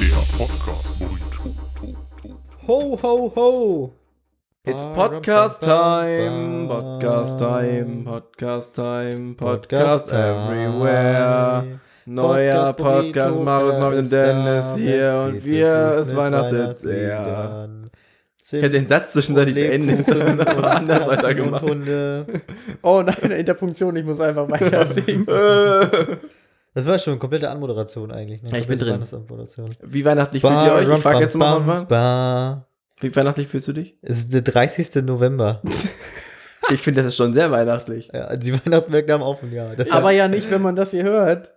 Podcast Burrito. Tu, tu, tu. Ho, ho, ho! It's podcast time, podcast time, podcast time, podcast everywhere. Neuer Podcast, Marius, Marvin und Dennis hier und wir, es Weihnachten sehr. Ich hätte den Satz zwischenzeitlich beendet und anders weitergemacht. Hunde. Oh nein, Interpunktion, ich muss einfach weiter singen. Das war schon eine komplette Anmoderation eigentlich. Ne? Ja, ich bin drin. Anmoderation. Wie weihnachtlich fühlt ihr euch? Ich frag jetzt mal von Anfang. ba. Wie weihnachtlich fühlst du dich? Es ist der 30. November. Ich finde, das ist schon sehr weihnachtlich. ja, die Weihnachtsmärkte haben offen, ja. Das Aber ja nicht, wenn man das hier hört.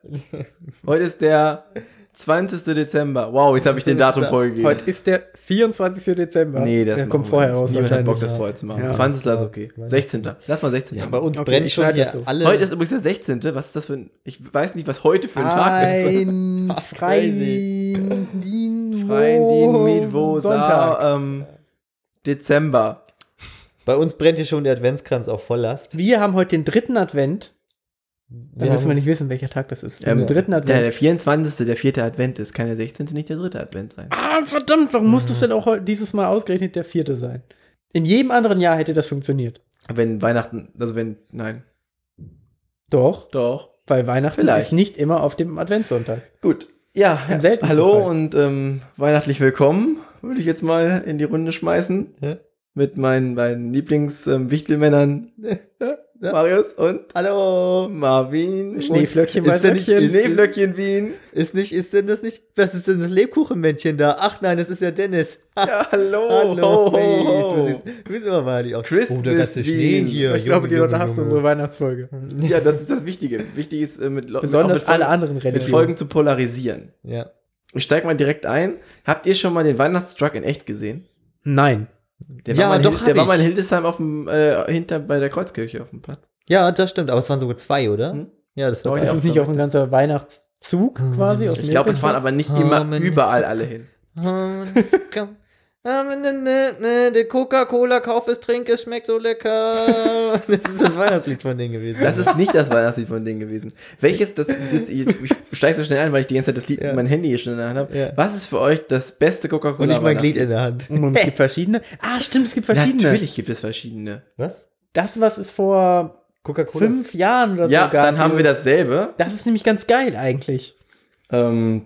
Heute ist der 20. Dezember. Wow, jetzt habe ich den Datum vorgegeben. Heute ist der 24. Dezember. Nee, das der machen kommt wir vorher nicht. raus Niemand hat Bock, wahrscheinlich. das vorher zu machen. Ja. 20. ist okay. Ja. 16. Lass mal 16. ja, machen. bei uns Okay, brennen ich schon schneide hier das so. alle. Heute ist übrigens der 16. Was ist das für ein. Ich weiß nicht, was heute für ein Tag ist. Ein Crazy. freien Dien Freien Dien, Mietwo, Sonntag. Sa, ähm, Dezember. bei uns brennt hier schon der Adventskranz auf Volllast. Wir haben heute den dritten Advent. Da haben müssen wir uns- nicht wissen, welcher Tag das ist. Ähm, Am dritten Der, Advent. der 24. der vierte Advent ist, kann der 16. nicht der dritte Advent sein. ah, verdammt, warum muss das denn auch heu- dieses Mal ausgerechnet der vierte sein? In jedem anderen Jahr hätte das funktioniert. Wenn Weihnachten, also wenn, nein, Doch, doch. weil Weihnachten Vielleicht. ist nicht immer auf dem Adventssonntag. Gut. Ja, Im seltensten hallo Fall. und ähm, weihnachtlich willkommen, würde ich jetzt mal in die Runde schmeißen. Ja. Mit meinen beiden Lieblingswichtelmännern Marius und Hallo! Marvin. Schneeflöckchen und bei ist denn nicht Flöckchen. Schneeflöckchen Wien. Ist nicht, ist denn das nicht? Was ist denn das Lebkuchenmännchen da? Ach nein, das ist ja Dennis. Ja, hallo. oh, Hallo, ho, ho, Faith. Du, ho. siehst, du bist immer mal die auf. Christmas Oh, der ganze Schnee Bean. hier. ich glaube, die Leute hassen unsere Junge. Weihnachtsfolge. Ja, das ist das Wichtige. Wichtig ist, äh, mit, Lo- auch Besonders mit, Folgen, alle anderen mit Religionen. Folgen zu polarisieren. Ja. Ich steig mal direkt ein. Habt ihr schon mal den Weihnachtstruck in echt gesehen? Nein. Der Ja, war mal in doch, Hil- hab Der war ich. mal in Hildesheim auf dem, äh, hinter bei der Kreuzkirche auf dem Platz. ja, das stimmt. Aber es waren sogar zwei, oder? Hm? Ja, das Doch, war ja. Ist es nicht auch ein ganzer Weihnachtszug Hm. quasi? aus Ah, Ich glaube, es fahren Meerrettich? aber nicht Ah, immer Mensch. überall alle hin. Ähm, ne, Der Coca-Cola-Kauf ist Trink, es schmeckt so lecker. Das ist das Weihnachtslied von denen gewesen. Das ist nicht das Weihnachtslied von denen gewesen. Welches, das ist jetzt, ich, ich steig so schnell ein, weil ich die ganze Zeit das Lied, Ja. mein Handy hier schon in der Hand habe. Ja. Was ist für euch das beste Coca-Cola? Und nicht mein Glied Weihnachtslied? in der Hand. Und es gibt verschiedene. Ah, stimmt, es gibt verschiedene. Natürlich gibt es verschiedene. Was? Das, was ist vor Coca-Cola? fünf Jahren oder ja, so gab. äh, dann haben wir dasselbe. Das ist nämlich ganz geil eigentlich. Ähm,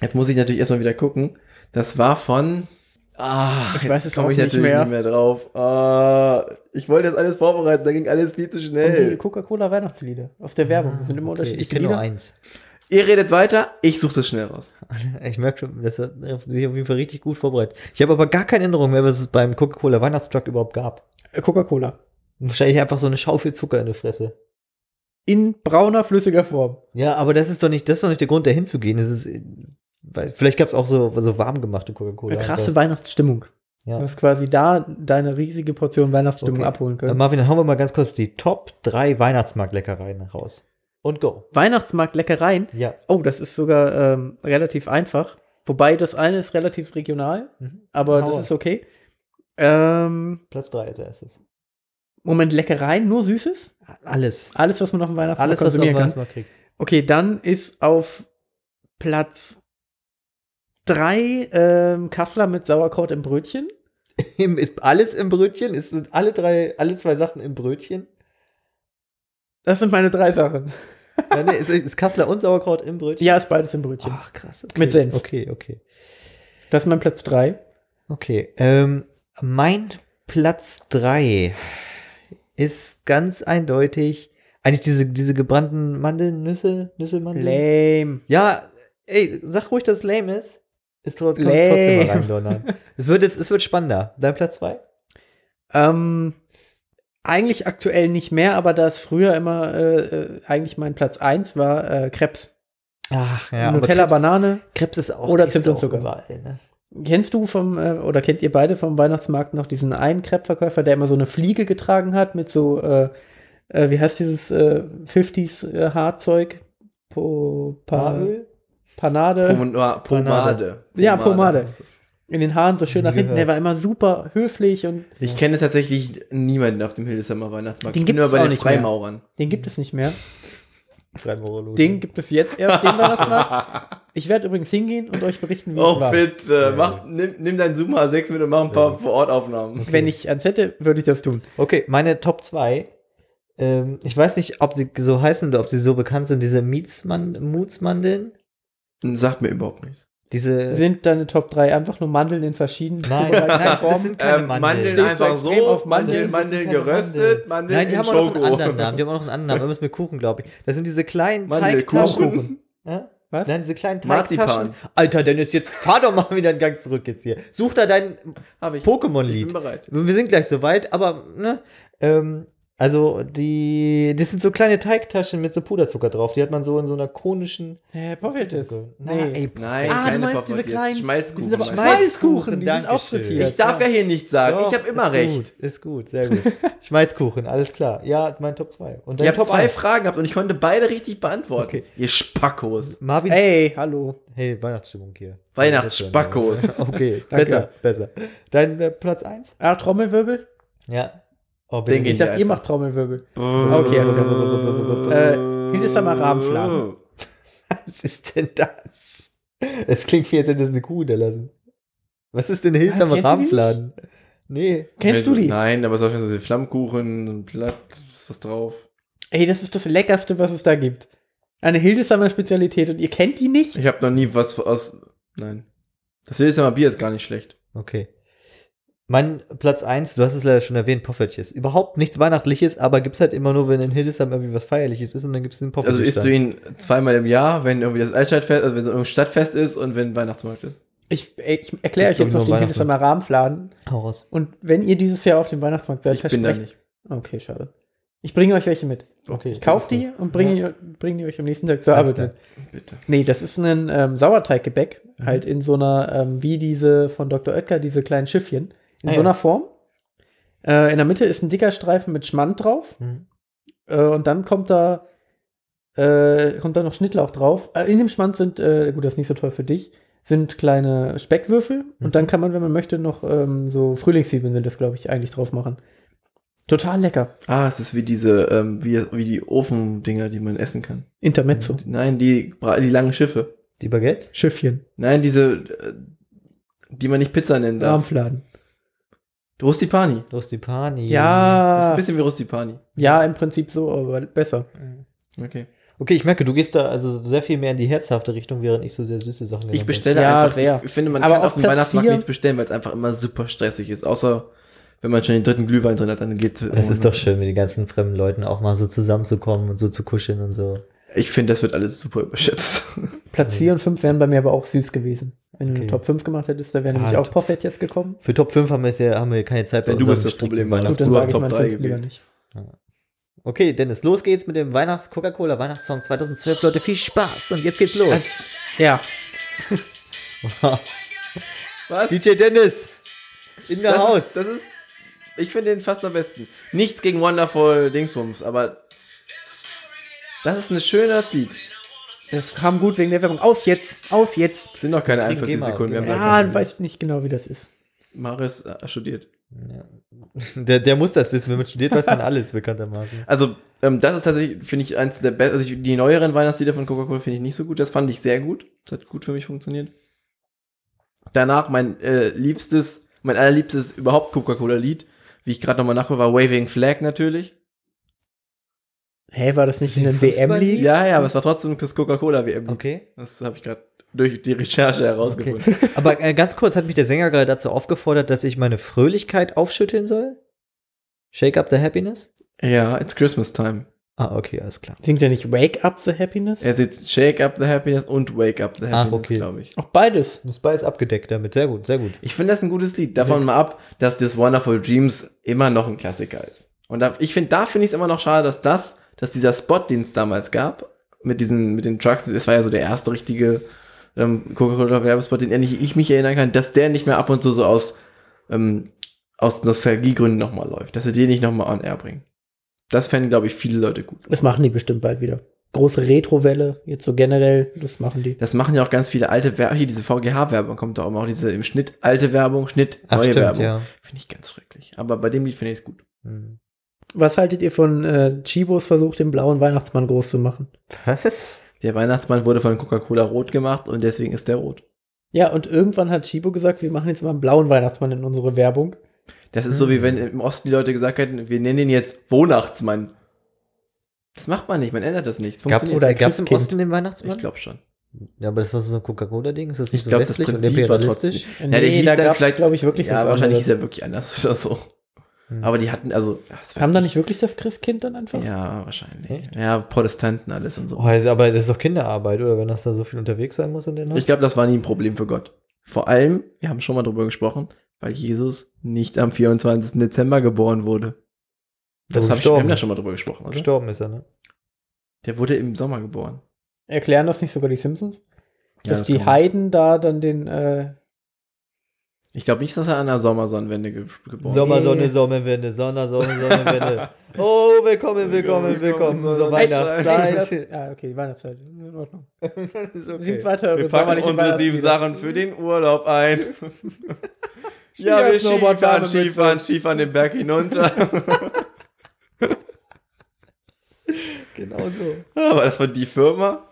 jetzt muss ich natürlich erstmal wieder gucken. Das war von. Ah, Ich jetzt weiß es komm auch ich nicht natürlich mehr. nicht mehr drauf. Ah, ich wollte das alles vorbereiten, da ging alles viel zu Und die schnell. Coca-Cola Weihnachtslieder aus der Werbung. Das sind immer Okay, ich unterschiedliche kenne nur Lieder. eins. Ihr redet weiter, ich suche das schnell raus. Ich merke schon, das hat sich auf jeden Fall richtig gut vorbereitet. Ich habe aber gar keine Erinnerung mehr, was es beim Coca-Cola Weihnachtstruck überhaupt gab. Äh, Coca-Cola. Wahrscheinlich einfach so eine Schaufel Zucker in der Fresse. In brauner, flüssiger Form. Ja, aber das ist doch nicht, das ist doch nicht der Grund, da hinzugehen. Das ist, äh, weil- vielleicht gab es auch so, so warm gemachte Coca-Cola. Eine krasse Aber- Weihnachtsstimmung. Ja. Du hast quasi da deine riesige Portion Weihnachtsstimmung Okay. abholen Äh, können. Marvin, dann hauen wir mal ganz kurz die Top 3 Weihnachtsmarktleckereien raus. Und go. Weihnachtsmarkt-Leckereien. Ja. Oh, das ist sogar ähm, relativ einfach. Wobei das eine ist relativ regional, Mhm. aber Hau das ab. ist okay. Ähm, Platz 3 als erstes. Moment, Leckereien, nur Süßes? Alles. Alles, was man auf dem Weihnachtsmarkt Alles, was du auf dem Weihnachtsmarkt kriegst. Okay, dann ist auf Platz drei ähm, Kassler mit Sauerkraut im Brötchen. Im- Ist alles im Brötchen? Ist, sind alle drei, alle zwei Sachen im Brötchen? Das sind meine drei Sachen. ja, nee, ist, ist Kassler und Sauerkraut im Brötchen? Ja, ist beides im Brötchen. Ach, krass. Okay. Mit Senf. Okay, okay. Das ist mein Platz drei. Okay, ähm, mein Platz 3 ist ganz eindeutig eigentlich diese, diese gebrannten Mandeln, Nüsse, Nüsselmandeln. Lame. Ja, ey, sag ruhig, dass es lame ist. Ist trotzdem, kann Lame. man trotzdem mal reindonnern. es, wird jetzt, es wird spannender. Dein Platz 2? Ähm, eigentlich aktuell nicht mehr, aber da es früher immer äh, äh, eigentlich mein Platz 1 war, äh, Krebs. Ach, Nutella, Krebs, Banane. Krebs ist auch oder ist Zimt und auch Zucker. Überall, ne? Kennst du vom, äh, oder kennt ihr beide vom Weihnachtsmarkt noch diesen einen Krebsverkäufer, der immer so eine Fliege getragen hat mit so, äh, äh, wie heißt dieses äh, 50s äh, Haarzeug? Po, pa, Palmöl? Panade. ah, Pomade. Äh, Pomade. Ja, Pomade. In den Haaren so schön Nie nach hinten. gehört. Der war immer super höflich und Ich kenne tatsächlich niemanden auf dem Hildesheimer Weihnachtsmarkt. Den Ich bin gibt's nur bei auch den nicht mehr. Freimaurern. den gibt es nicht mehr. Freimaurerloge. Den gibt es jetzt erst, den Weihnachtsmarkt. Ich werde übrigens hingehen und euch berichten, wie es Oh, war. bitte. Mach, nimm, nimm dein Zoom H6 mit und mach ein paar Vorortaufnahmen. Wenn ich eins hätte, würde ich das tun. Okay, meine Top 2. Ähm, ich weiß nicht, ob sie so heißen oder ob sie so bekannt sind. Diese Mietsman Mutsmandeln. Sagt mir überhaupt nichts. Diese. Sind deine Top 3 einfach nur Mandeln in verschiedenen Äh. nein, nein, das Formen? sind keine Ähm, Mandeln. Mandeln Stehst du einfach so, extrem auf Mandeln? Mandeln, Das sind Mandeln keine geröstet, Mandeln, Nein, die in haben auch noch Schoko. einen anderen Namen. Die haben auch noch einen anderen Namen. Irgendwas mit Kuchen, glaube ich. Das sind diese kleinen Teigtaschen. Mandelkuchen. Ja? Was? Nein, diese kleinen Marzipan. Teigtaschen. Alter, Dennis, jetzt fahr doch mal wieder einen Gang zurück jetzt hier. Such da dein Hab ich. Ich Pokémon-Lied. bin bereit. Wir sind gleich soweit, aber, ne? Ähm, also, die, das sind so kleine Teigtaschen mit so Puderzucker drauf. Die hat man so in so einer konischen. Hä, Poffeltes. Nein, ey, Nein, Ah, du keine meinst diese Popcorn, kleinen- Schmalzkuchen. die sind aber meinst du? Schmalzkuchen, die sind auch Dankeschön. frittiert. Ich darf ja hier nichts sagen. Doch, ich habe immer ist recht. Gut, ist gut, sehr gut. Schmalzkuchen, alles klar. Ja, mein Top 2. Und Ich habe Top zwei eins? Fragen gehabt und ich konnte beide richtig beantworten. Okay. Ihr Spackos. Marvin. Ey, hallo. Hey, Weihnachtsstimmung hier. Weihnachtsspackos. Okay, besser, besser. Dein äh, Platz 1? Ah, Trommelwirbel? Ja. Oh, Den Ich geht dachte, Ja, ihr einfach. macht Trommelwirbel. Okay, also also, Äh, Hildesheimer Rahmenschlagen. was ist denn das? Es klingt wie, als hätte es eine Kuh hinterlassen. Was ist denn Hilsam Was, kennst du die Rahmenfladen? Nee. Kennst du die? Nein, aber es ist auch schon so ein Flammkuchen, so ein Blatt, ist was drauf. Ey, das ist das Leckerste, was es da gibt. Eine Hildesheimer Spezialität und ihr kennt die nicht? Ich habe noch nie was aus. Nein. Das Hildesheimer Bier ist gar nicht schlecht. Okay. Mein Platz 1, du hast es leider schon erwähnt, Poffertjes. Überhaupt nichts Weihnachtliches, aber gibt's halt immer nur, wenn in Hildesheim irgendwie was Feierliches ist und dann gibt's den Poffertjes. Also isst du ihn zweimal im Jahr, wenn irgendwie das Altstadtfest, also wenn so ein Stadtfest ist und wenn Weihnachtsmarkt ist. Ich, ey, ich erkläre Das euch jetzt ist noch nur den Weihnachten. Hildesheimer Rahmenfladen. Hau raus. Und wenn ihr dieses Jahr auf dem Weihnachtsmarkt seid, Ich bin da versprecht- nicht. Okay, schade. Ich bringe euch welche mit. Okay. Ich kaufe die und bringe die- bringe die euch am nächsten Tag zur Alles Arbeit klar. mit. Bitte. Nee, das ist ein ähm, Sauerteiggebäck, halt in so einer, ähm, wie diese von Dr. Oetker, diese kleinen Schiffchen, in Ah, so ja. einer Form. Äh, in der Mitte ist ein dicker Streifen mit Schmand drauf Mhm. äh, und dann kommt da, äh, kommt da noch Schnittlauch drauf. Äh, in dem Schmand sind, äh, gut, das ist nicht so toll für dich, sind kleine Speckwürfel und dann kann man, wenn man möchte, noch ähm, so Frühlingszwiebeln sind das, glaube ich, eigentlich drauf machen. Total lecker. Ah, es ist wie diese, ähm, wie, wie die Ofendinger, die man essen kann. Intermezzo. Nein, die, bra- die langen Schiffe. Die Baguettes? Schiffchen. Nein, diese, äh, die man nicht Pizza nennen darf. Rahmfladen. Rustipani. Rostipani. Das ist Ja. ein bisschen wie Rustipani. Ja, im Prinzip so, aber besser. Okay. Hm. Okay, ich merke, du gehst da also sehr viel mehr in die herzhafte Richtung, während ich so sehr süße Sachen Ich genannt bestelle Ja, einfach. sehr. Ich finde, man Aber kann auf auf dem Platz Weihnachtsmarkt vier- nichts bestellen, weil es einfach immer super stressig ist. Außer wenn man schon den dritten Glühwein drin hat, dann geht habe. Das ist doch schön, mit den ganzen fremden Leuten auch mal so zusammenzukommen und so zu kuscheln und so. Ich finde, das wird alles super überschätzt. Platz 4 und 5 wären bei mir aber auch süß gewesen. Wenn du Okay. eine Top 5 gemacht hättest, da wäre nämlich Ah, auch Poffett jetzt gekommen. Für Top 5 haben wir, jetzt ja, haben wir keine Zeit bei Denn du unserem bist das strikten Problem, Weihnachts- Hast Gut, dann du sage hast ich Top meinen drei 5 lieber gewählt. nicht. Okay, Dennis, los geht's mit dem Weihnachts Coca-Cola Weihnachtssong 2012, Leute, viel Spaß und jetzt geht's los. Ja, Was? DJ Dennis in der Das Haus. ist, das ist, ich finde den fast am besten. Nichts gegen Wonderful Dingsbums, aber das ist ein schönes Lied. das kam gut wegen der Werbung. Aus jetzt, aus jetzt. Sind noch keine Wir kriegen 41 GEMA, Sekunden. Wir haben GEMA. Ja, ja. du weißt nicht genau, wie das ist. Marius äh, studiert. Der, der muss das wissen, wenn man studiert, weiß man alles bekanntermaßen. Also, ähm, das ist tatsächlich, finde ich, eins der besten. Also, ich, die neueren Weihnachtslieder von Coca-Cola finde ich nicht so gut. Das fand ich sehr gut. Das hat gut für mich funktioniert. Danach mein äh, liebstes, mein allerliebstes überhaupt Coca-Cola-Lied, wie ich gerade nochmal nachgucke, war Waving Flag natürlich. Hä, war das Ist das nicht in ein einem Fußballlied? WM-League? Ja, ja, aber es war trotzdem das Coca-Cola-WM. Okay. Das habe ich gerade durch die Recherche herausgefunden. Aber äh, ganz kurz hat mich der Sänger gerade dazu aufgefordert, dass ich meine Fröhlichkeit aufschütteln soll. Shake up the happiness. Ja, it's Christmas time. Ah, okay, alles klar. Singt er nicht Wake Up the Happiness? Er sitzt Shake Up the Happiness und Wake Up the Ach, Happiness, okay. glaube ich. Auch beides. Das Bein ist abgedeckt damit. Sehr gut, sehr gut. Ich finde das ein gutes Lied. Davon mal ab, dass das Wonderful Dreams immer noch ein Klassiker ist. Und da, ich finde, da finde ich es immer noch schade, dass das, dass dieser Spot, den es damals gab, mit diesen, mit den Trucks, das war ja so der erste richtige ähm, Coca-Cola-Werbespot, den ich, ich mich erinnern kann, dass der nicht mehr ab und zu so aus, ähm, aus Nostalgiegründen nochmal läuft. Dass wir den nicht nochmal on air bringen. Das fänden, glaube ich, viele Leute gut. Das machen die bestimmt bald wieder. Große Retrowelle, jetzt so generell, das machen die. Das machen ja auch ganz viele alte Werbung. Hier, diese VGH-Werbung kommt doch immer auch diese im Schnitt alte Werbung, Schnitt neue Werbung. ja. Finde ich ganz schrecklich. Aber bei dem Lied finde ich es gut. Hm. Was haltet ihr von äh, Chibos Versuch, den blauen Weihnachtsmann groß zu machen? Was? Der Weihnachtsmann wurde von Coca-Cola rot gemacht und deswegen ist der rot. Ja, und irgendwann hat Shibo gesagt, wir machen jetzt mal einen blauen Weihnachtsmann in unsere Werbung. Das ist so, Hm. wie wenn im Osten die Leute gesagt hätten, wir nennen ihn jetzt Weihnachtsmann. Das macht man nicht, man ändert das nicht. Es Gab's, funktioniert oder gab's im Christkind. Osten den nicht. Ich Weihnachtsmann? glaube schon. ja, aber das war so ein Coca-Cola-Ding. Ist das Ich nicht so glaub, das westlich und Prinzip war trotzdem- imperialistisch? Ja, der hieß dann gab's, vielleicht- glaube ich, wirklich ja, was wahrscheinlich ist anderes. er wirklich anders oder so. Hm. Aber die hatten, also. ja, das weiß Haben da ich. nicht wirklich das Christkind dann einfach? Ja, wahrscheinlich. Echt? Ja, Protestanten alles und so. Oh, also, aber das ist doch Kinderarbeit, oder wenn das da so viel unterwegs sein muss in ne? der Nacht? Ich glaube, das war nie ein Problem für Gott. Vor allem, wir haben schon mal drüber gesprochen, weil Jesus nicht am 24. Dezember geboren wurde. Das Wurde hab ich, wir haben gestorben. da schon mal drüber gesprochen, oder? Gestorben ist er, ne? Der wurde im Sommer geboren. Erklären das nicht sogar die Simpsons? Ja, Dass das die kann man- Heiden da dann den, äh, Ich glaube nicht, dass er an der Sommersonnenwende ge geboren Sommer- Sommer, Sonne, Nee. Sommerwende, Sonne, Sonne, Sonnenwende. Oh, willkommen, willkommen, willkommen zur Willkommen, Weihnachtszeit. ah, okay, die Weihnachtszeit. In Ordnung. Ist Singt okay. weiter. Wir sagen packen wir nicht die unsere sieben Weihnachtslieder. Sachen für den Urlaub ein. ja, wir Skifahren, Snowboard fahren, Skifahren, Skifahren den Berg hinunter. Genau so. War das von die Firma?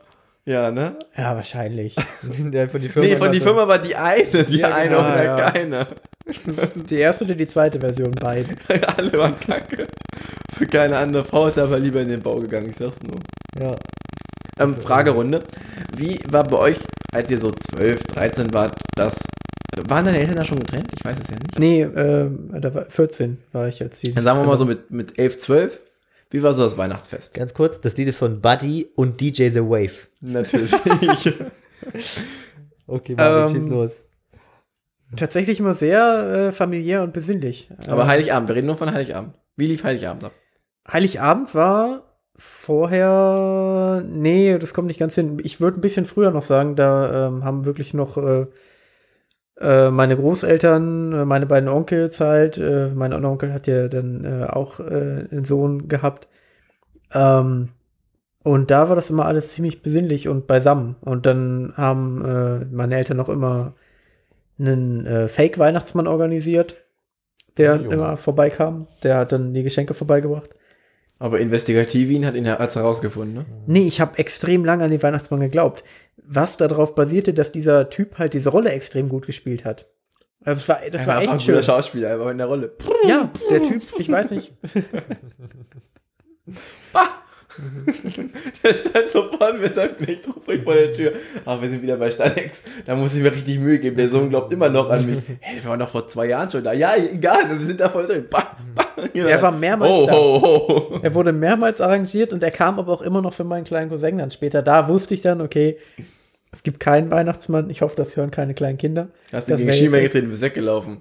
Ja, ne? Ja, wahrscheinlich. Der von die Firma. Nee, von die Firma war die eine, die Ja, eine genau, oder ja. keine. Die erste oder die zweite Version, beide. Alle waren kacke. Für keine andere Frau ist er aber lieber in den Bau gegangen, ich sag's nur. Ja. Ähm, Fragerunde. Wie war bei euch, als ihr so 12, 13 wart, das. Waren deine Eltern da schon getrennt? Ich weiß es ja nicht. Nee, ähm, da war 14 war ich jetzt. Dann sagen wir mal so mit, mit 11, 12. Wie war so das Weihnachtsfest? Ganz kurz, das Lied ist von Buddy und DJ The Wave. Natürlich. Okay, Marvin, Marvin, schieß schieß los. Tatsächlich immer sehr äh, familiär und besinnlich. Aber Ähm, Heiligabend, wir reden nur von Heiligabend. Wie lief Heiligabend ab? Heiligabend war vorher. Nee, das kommt nicht ganz hin. Ich würde ein bisschen früher noch sagen, da ähm, haben wirklich noch äh, äh, meine Großeltern, äh, meine beiden Onkels halt, äh, mein anderer Onkel hat ja dann äh, auch äh, einen Sohn gehabt. Ähm, und da war das immer alles ziemlich besinnlich und beisammen. Und dann haben äh, meine Eltern noch immer einen äh, Fake-Weihnachtsmann organisiert, der Jo. immer vorbeikam. Der hat dann die Geschenke vorbeigebracht. Aber Investigativin hat ihn ja als herausgefunden, ne? Nee, ich habe extrem lange an den Weihnachtsmann geglaubt. Was darauf basierte, dass dieser Typ halt diese Rolle extrem gut gespielt hat. Also es war, das war einfach echt ein guter schön. Schauspieler, aber in der Rolle. Ja, der Typ, ich weiß nicht. Der stand so vorne mit seinem Knecht ruhig vor der Tür. Aber wir sind wieder bei Stanex. Da muss ich mir richtig Mühe geben. Der Sohn glaubt immer noch an mich. Hey, wir waren doch vor zwei Jahren schon da. Ja, egal, wir sind da voll drin. Bah, bah. Der war mehrmals oh, da. oh, oh. Er wurde mehrmals arrangiert und er kam aber auch immer noch für meinen kleinen Cousin dann später. Da wusste ich dann, okay, es gibt keinen Weihnachtsmann. Ich hoffe, das hören keine kleinen Kinder. Hast du Das gegen wär Schienbein jetzt- getreten, bist weggelaufen.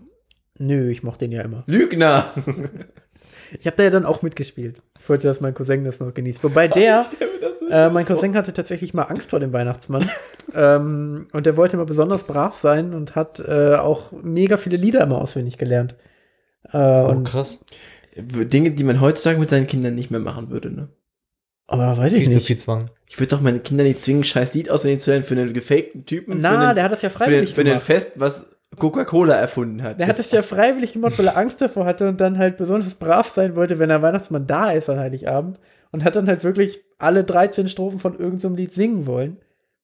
Nö, ich mochte ihn ja immer. Lügner! Ich habe da ja dann auch mitgespielt. Ich wollte, dass mein Cousin das noch genießt. Wobei der, äh, mein Cousin hatte tatsächlich mal Angst vor dem Weihnachtsmann. ähm, und der wollte immer besonders brav sein und hat äh, auch mega viele Lieder immer auswendig gelernt. Äh, Oh, und, Oh, krass. Dinge, die man heutzutage mit seinen Kindern nicht mehr machen würde, ne? aber weiß ich Viel zu nicht. viel Zwang. Ich würde doch meine Kinder nicht zwingen, scheiß Lied auswendig zu lernen für einen gefakten Typen. für Na, einen, der hat das ja für, den, freiwillig für den gemacht. Fest, was Coca-Cola erfunden hat. Der hat das ja freiwillig gemacht, weil er Angst davor hatte und dann halt besonders brav sein wollte, wenn der Weihnachtsmann da ist an Heiligabend. Und hat dann halt wirklich alle 13 Strophen von irgendeinem Lied singen wollen.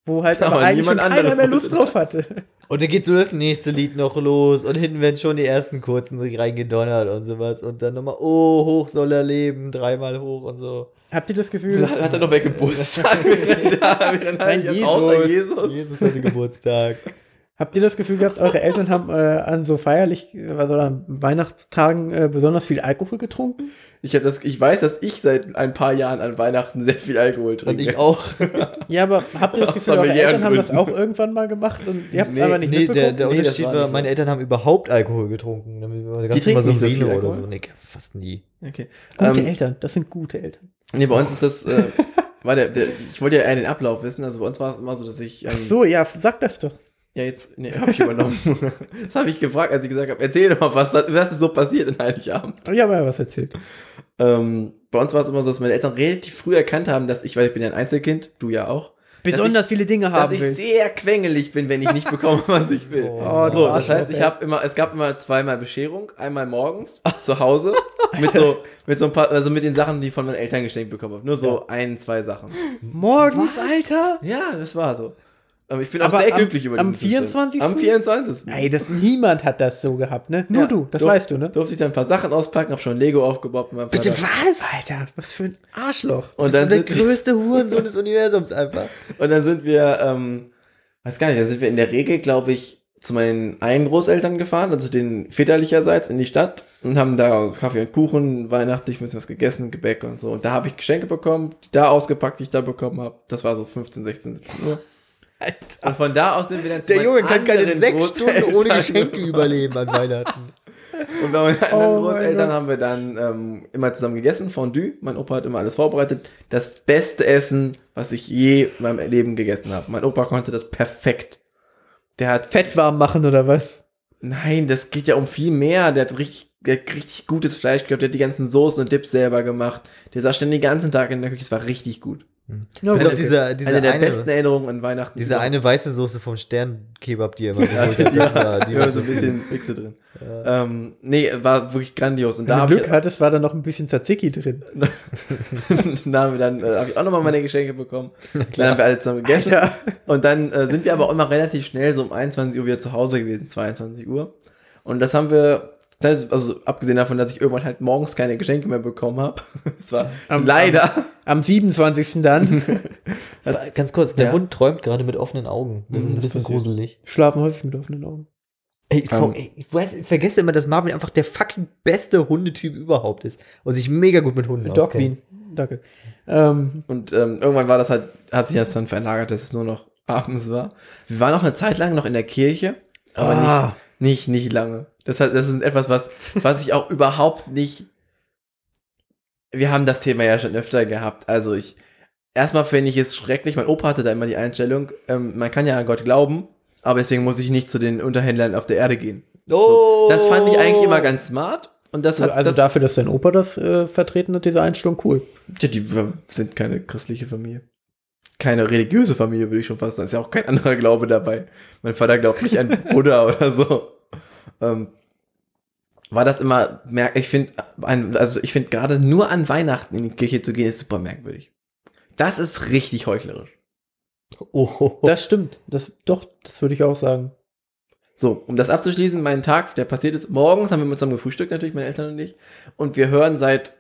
Wo halt aber, Aber eigentlich schon niemand keiner anderes mehr Lust wollte drauf hatte. Und dann geht so das nächste Lied noch los und hinten werden schon die ersten kurzen reingedonnert und sowas. Und dann nochmal, oh, hoch soll er leben, dreimal hoch und so. Habt ihr das Gefühl? Hat, hat er noch weg Geburtstag? während er- während er- Außer Jesus. Jesus hatte Geburtstag. Habt ihr das Gefühl gehabt, eure Eltern haben äh, an so feierlich, äh, also an Weihnachtstagen äh, besonders viel Alkohol getrunken? Ich, hab das, ich weiß, dass ich seit ein paar Jahren an Weihnachten sehr viel Alkohol Und trinke. ich auch. Ja, aber habt ihr Aus das Gefühl, eure familiären Eltern haben das Gründen. auch irgendwann mal gemacht und ihr habt es Nee, aber nicht nee, der, mitbekommen? der Nee, das Unterschied war war, nicht so. meine Eltern haben überhaupt Alkohol getrunken. Damit war ganz trinken immer so nicht so viel Vino oder Alkohol? so. Nee, fast nie. Okay. gute Ähm, Eltern, das sind gute Eltern. nee, bei uns ist das. Äh, war der, der, ich wollte ja eher den Ablauf wissen. Also bei uns war es immer so, dass ich. Ähm, Ach so, ja, sag das doch. Ja, jetzt. Nee, hab ich übernommen. das habe ich gefragt, als ich gesagt habe: Erzähl doch mal, was, was ist so passiert in Heiligabend? Ich habe ja was erzählt. Ähm, bei uns war es immer so, dass meine Eltern relativ früh erkannt haben, dass ich, weil ich bin ja ein Einzelkind, du ja auch, Besonders viele Dinge dass haben ich willst. sehr quengelig bin, wenn ich nicht bekomme, was ich will. Oh. Oh, du So, das Arschloch, heißt, ich ey. habe immer, es gab immer zweimal Bescherung, einmal morgens zu Hause mit so, mit so ein paar, also mit den Sachen, die ich von meinen Eltern geschenkt bekommen habe. Nur so ein, zwei Sachen. Morgens, Alter? Ja, das war so. Aber ich bin auch Aber sehr am- glücklich über am diesen Zustand. 24.? Am 24. Ey, das, niemand hat das so gehabt, ne? Nur Ja, du, das durf- weißt du, ne? Durfte ich dann ein paar Sachen auspacken, hab schon Lego aufgebaut mit meinem Vater. was? Alter, was für ein Arschloch. Und Bist du dann, der sind, wir- größte Hurensohn des Universums einfach. und dann sind wir, ähm, weiß gar nicht, dann sind wir in der Regel, glaube ich, zu meinen einen Großeltern gefahren, also den väterlicherseits in die Stadt und haben da Kaffee und Kuchen, weihnachtlich ein bisschen was gegessen, Gebäck und so. Und da habe ich Geschenke bekommen, die da ausgepackt, die ich da bekommen habe. Das war so 15, 16, 17 Uhr. Alter. ne? Und von da aus sind wir dann zu Der meinen Junge kann keine anderen sechs Stunden ohne Großeltern Geschenke gefahren. überleben an Weihnachten. Und bei meinen anderen Oh mein Großeltern Gott. haben wir dann ähm, immer zusammen gegessen, Fondue. Mein Opa hat immer alles vorbereitet. Das beste Essen, was ich je in meinem Leben gegessen habe. Mein Opa konnte das perfekt. Der hat Fett warm machen oder was? Nein, das geht ja um viel mehr. Der hat richtig, der hat richtig gutes Fleisch gehabt. Der hat die ganzen Soßen und Dips selber gemacht. Der saß ständig den ganzen Tag in der Küche. Es war richtig gut. No, Bis auf okay. dieser, dieser Eine der eine, besten Erinnerungen an Weihnachten. diese überhaupt. eine weiße Soße vom Sternkebab, die er immer geholt Ja, hat, die das war- die Ja, war so ein gut. bisschen Wichse drin. Ähm, nee, war wirklich grandios. Und da Wenn du habe ich, Glück hattest, war da noch ein bisschen Tzatziki drin. da haben wir dann, äh, habe ich auch nochmal meine Geschenke bekommen. Dann haben wir alle zusammen gegessen. Und dann äh, sind wir aber auch immer relativ schnell so um 21 Uhr wieder zu Hause gewesen, 22 Uhr. Und das haben wir, das ist, also abgesehen davon, dass ich irgendwann halt morgens keine Geschenke mehr bekommen habe. Es war Am- leider. Am 27. dann. Aber Ganz kurz, der Ja. Hund träumt gerade mit offenen Augen. Mhm, Das ist ein bisschen passiert. gruselig. Schlafen häufig mit offenen Augen. Ey, so, Ähm. ey, ich, weiß, ich vergesse immer, dass Marvin einfach der fucking beste Hundetyp überhaupt ist und sich mega gut mit Hunden Dog Queen. Danke. Ähm, Und ähm, irgendwann war das halt, hat sich das dann verlagert, dass es nur noch abends war. Wir waren auch eine Zeit lang noch in der Kirche, aber Ah. nicht, nicht, nicht lange. Das, hat, das ist etwas, was, was ich auch überhaupt nicht. Wir haben das Thema ja schon öfter gehabt. Also ich, erstmal finde ich es schrecklich. Mein Opa hatte da immer die Einstellung, ähm, man kann ja an Gott glauben, aber deswegen muss ich nicht zu den Unterhändlern auf der Erde gehen. So, das fand ich eigentlich Oh. immer ganz smart. Und das hat also das, dafür, dass dein Opa das äh, vertreten hat, diese Einstellung, cool. Tja, die sind keine christliche Familie. Keine religiöse Familie, würde ich schon fast sagen. Ist ja auch kein anderer Glaube dabei. Mein Vater glaubt nicht an Buddha oder so. Ähm, war das immer merk ich finde ein- also ich finde gerade nur an Weihnachten in die Kirche zu gehen ist super merkwürdig. Das ist richtig heuchlerisch. Oh, Das stimmt. Das, doch, das würde ich auch sagen. So, um das abzuschließen, mein Tag, der passiert ist, morgens haben wir mit zusammen gefrühstückt natürlich meine Eltern und ich und wir hören seit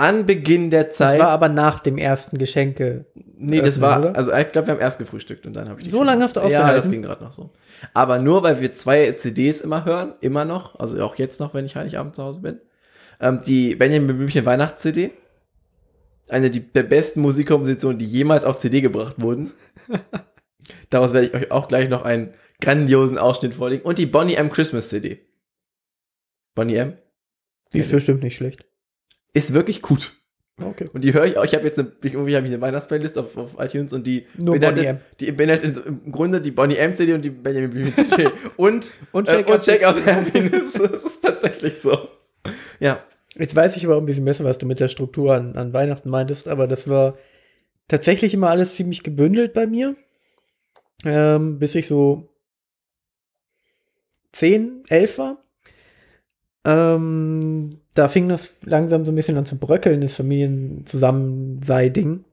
Anbeginn der Das Zeit war aber nach dem ersten Geschenke. Nee, das Öffnen, war, oder? also ich glaube, wir haben erst gefrühstückt und dann habe ich die So Kinder- lange hast du Ja, ausgehalten? das ging gerade noch so. Aber nur, weil wir zwei CDs immer hören, immer noch, also auch jetzt noch, wenn ich Heiligabend zu Hause bin, ähm, die Benjamin Blümchen Weihnachts-CD, eine die, der besten Musikkompositionen, die jemals auf CD gebracht wurden. Daraus werde ich euch auch gleich noch einen grandiosen Ausschnitt vorlegen. Und die Bonnie M. Christmas CD. Bonnie M. Die ist Ja, bestimmt nicht schlecht. Ist wirklich gut. Okay. Und die höre ich auch. Ich habe jetzt eine, ich, irgendwie habe ich eine Weihnachtsplaylist auf, auf iTunes und die Nur beinhaltet, Bonnie M. die beinhaltet im Grunde die Bonnie M CD und die Benjamin Blümchen CD und Und äh, check, und check out Happiness. das ist tatsächlich so. Ja, Jetzt weiß ich aber ein bisschen besser, was du mit der Struktur an, an Weihnachten meintest, aber das war tatsächlich immer alles ziemlich gebündelt bei mir. Ähm, bis ich so 10, 11 war. Ähm, da fing das langsam so ein bisschen an zu bröckeln, das Familienzusammensei-Ding.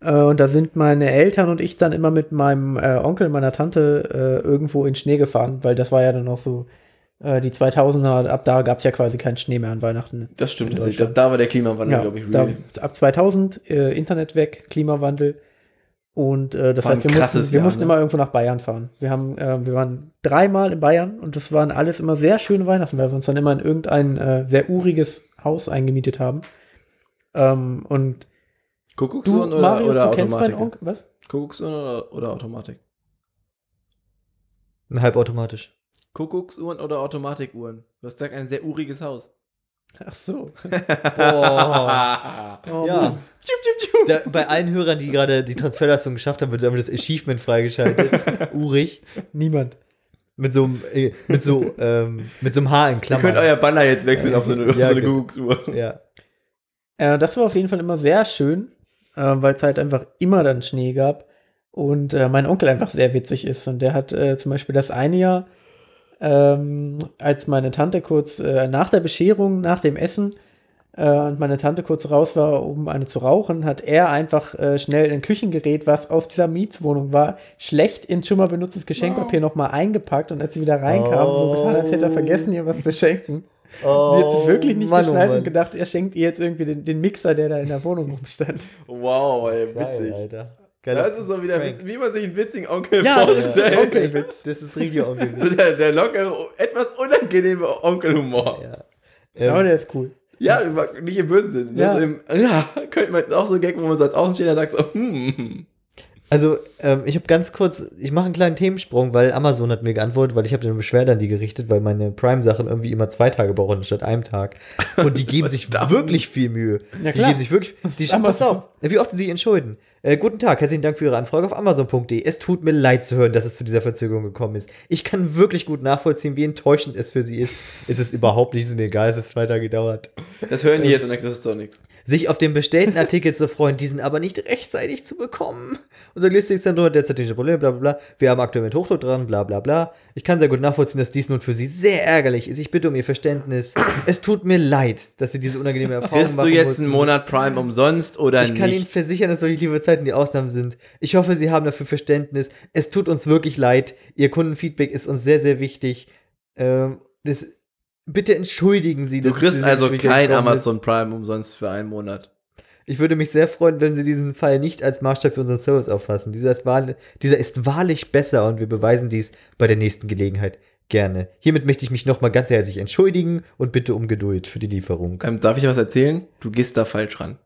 Äh, und da sind meine Eltern und ich dann immer mit meinem äh, Onkel, meiner Tante äh, irgendwo in Schnee gefahren, weil das war ja dann auch so äh, die 2000er, ab da gab es ja quasi keinen Schnee mehr an Weihnachten. das stimmt. In tatsächlich. Deutschland. Da war der Klimawandel, glaube ich, da, real. ab 2000 äh, Internet weg, Klimawandel und äh, das War ein heißt, wir, mussten, krasses wir Jahr, mussten ne? immer irgendwo nach Bayern fahren. Wir haben, äh, wir waren dreimal in Bayern und das waren alles immer sehr schöne Weihnachten, weil wir uns dann immer in irgendein äh, sehr uriges Haus eingemietet haben. Ähm, und du, Kuckucksuhren oder, Marius, oder du kennst meinen Automatik? Onkel, was? Kuckucksuhren oder, oder Automatik? Halbautomatisch. Kuckucksuhren oder Automatikuhren? Du hast gesagt, ein sehr uriges Haus. Ach so. Oh. Oh, Ja. Mann. Da, bei allen Hörern, die gerade die Transferleistung geschafft haben, wird einfach das Achievement freigeschaltet. Urig. Niemand. Mit so einem, äh, mit so, ähm, mit so einem Haar in Ihr Klammern. könnt euer Banner jetzt wechseln auf so eine, auf Ja, so eine genau. Kuckucksuhr. ja. Äh, das war auf jeden Fall immer sehr schön, äh, weil es halt einfach immer dann Schnee gab und äh, mein Onkel einfach sehr witzig ist und der hat äh, zum Beispiel das eine Jahr, ähm, als meine Tante kurz äh, nach der Bescherung, nach dem Essen, äh, und meine Tante kurz raus war, um eine zu rauchen, hat er einfach äh, schnell ein Küchengerät, was aus dieser Mietswohnung war, schlecht in schon mal benutztes Geschenkpapier nochmal eingepackt und als sie wieder reinkam, so getan, als hätte er vergessen, ihr was zu schenken. Oh, Sie hat es wirklich nicht Mann, oh geschnallt Mann. und gedacht, er schenkt ihr jetzt irgendwie den, den Mixer, der da in der Wohnung rumstand. Wow, ey, Geil, witzig. Alter. das ist so wieder, Prank. wie man sich einen witzigen Onkel Ja, das ist vorstellt. ein Onkel. Das ist richtig Onkelwitz. So der, der lockere, etwas unangenehme Onkelhumor. ja. Aber Ähm, der ist cool. Ja, nicht im bösen Sinn. Ja. Ja. So im, ja, könnte man auch so ein Gag, wo man so als Außenstehender sagt, so, hm. also, ähm, ich habe ganz kurz, ich mache einen kleinen Themensprung, weil Amazon hat mir geantwortet, weil ich habe eine Beschwerde an die gerichtet, weil meine Prime-Sachen irgendwie immer zwei Tage brauchen statt einem Tag. Und die geben sich wirklich viel Mühe. die Ja, klar. geben sich wirklich, die schaffen pass Amazon. auf. Wie oft sie sich entschulden. Äh, guten Tag, herzlichen Dank für Ihre Anfrage auf Amazon.de. Es tut mir leid zu hören, dass es zu dieser Verzögerung gekommen ist. Ich kann wirklich gut nachvollziehen, wie enttäuschend es für Sie ist. Es ist überhaupt nicht, es ist mir egal, es hat zwei Tage gedauert. Das hören die jetzt und dann kriegst du doch nichts. sich auf den bestellten Artikel zu freuen, diesen aber nicht rechtzeitig zu bekommen. Unser Listingszentrum hat derzeit nicht Probleme, bla bla bla. Wir haben aktuell mit Hochdruck dran, bla bla bla. Ich kann sehr gut nachvollziehen, dass dies nun für Sie sehr ärgerlich ist. Ich bitte um Ihr Verständnis. Es tut mir leid, dass Sie diese unangenehme Erfahrung Kriegst du jetzt mussten. einen Monat Prime umsonst oder Ich kann Ihnen nicht? versichern, dass solche Lieferzeiten die Ausnahmen sind. Ich hoffe, Sie haben dafür Verständnis. Es tut uns wirklich leid. Ihr Kundenfeedback ist uns sehr, sehr wichtig. Ähm, das, bitte entschuldigen Sie. Du dass es kriegst diese also Schwierigkeit kein gekommen ist. Amazon Prime umsonst für einen Monat. Ich würde mich sehr freuen, wenn Sie diesen Fall nicht als Maßstab für unseren Service auffassen. Dieser ist, wahrlich, dieser ist wahrlich besser und wir beweisen dies bei der nächsten Gelegenheit gerne. Hiermit möchte ich mich nochmal ganz herzlich entschuldigen und bitte um Geduld für die Lieferung. Ähm, darf ich was erzählen? Du gehst da falsch ran.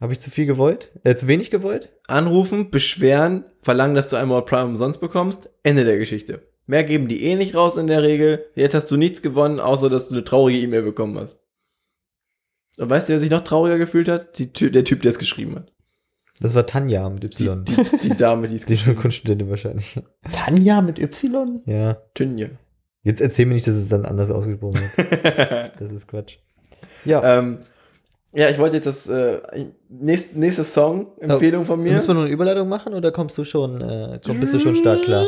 Habe ich zu viel gewollt? Äh, zu wenig gewollt? Anrufen, beschweren, verlangen, dass du einmal Prime umsonst bekommst. Ende der Geschichte. Mehr geben die eh nicht raus in der Regel. Jetzt hast du nichts gewonnen, außer dass du eine traurige E-Mail bekommen hast. Und weißt du, wer sich noch trauriger gefühlt hat? Die, Ty- der Typ, der es geschrieben hat. Das war Tanja mit Die, Y. Die, die, die Dame, die es die ist eine geschrieben hat. Kunststudentin wahrscheinlich. Tanja mit Y? Ja. Tünje. Jetzt erzähl mir nicht, dass es dann anders ausgesprochen wird. Das ist Quatsch. Ja. ähm, ja, ich wollte jetzt das äh, nächst, nächste Song Empfehlung von mir. Äh, Müssen wir noch eine Überleitung machen oder kommst du schon, äh, komm, bist du schon startklar?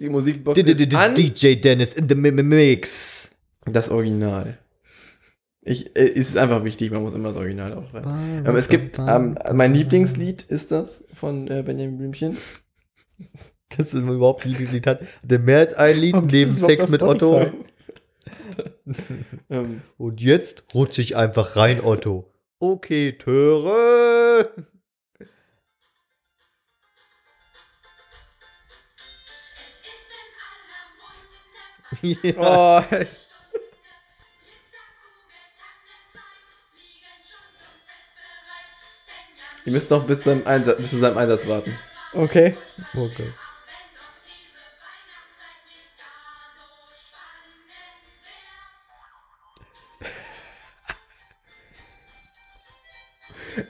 Die Musikbox ist an. DJ Dennis in the mi- mi- Mix. Das Original. Ich, äh, es ist einfach wichtig, man muss immer das Original aufschreiben. Ähm, es gibt, ähm, mein Lieblingslied ist das von äh, Benjamin Blümchen. Dass er überhaupt ein Lieblingslied hat. Der mehr als ein Lied Warum neben gibt's überhaupt Sex auf mit Otto. Ähm, Und jetzt rutsch ich einfach rein, Otto. Okay, Töre. Ja. oh, ihr müsst noch bis, zum Einsatz, bis zu seinem Einsatz warten. Okay. Oh Gott.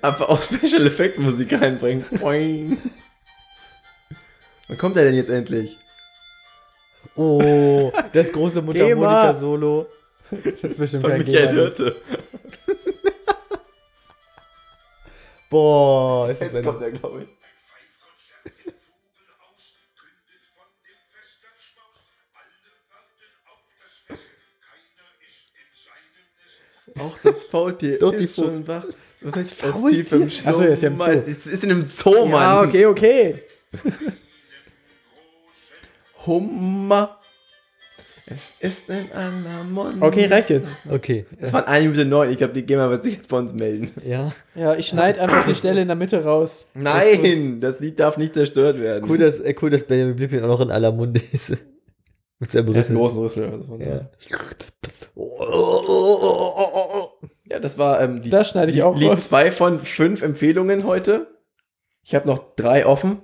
Einfach auch Special Effects Musik reinbringen. Boing. Wann kommt er denn jetzt endlich? Oh, das große Mundharmonika-Solo. Das ist bestimmt Von kein Michael Gehirn. Hirte. Boah, ist das Jetzt kommt ein er, glaube ich. Auch das Faultier Doch, die ist Fu- schon wach. Es Faultier? tief im Ach so, er ist ja im Schlummer. Zoo. Es ist in einem Zoo, Oh, Mann. Ja, okay, okay. Hummer. Es ist in aller Munde. Okay, reicht jetzt. Okay. Das waren eine Minute neun. Ich glaube, die GEMA wird sich jetzt bei uns melden. Ja. Ja, ich schneide einfach die Stelle in der Mitte raus. Nein, das Lied darf nicht zerstört werden. Cool, dass, äh, cool, dass Benjamin Blümchen auch noch in aller Munde ist. Mit seinem das ist ein Rüssel. großen Rüssel. Also von Ja. daher. ja, das war ähm, die, Das schneide ich die auch Lied raus. 2 von 5 Empfehlungen heute. Ich habe noch drei offen.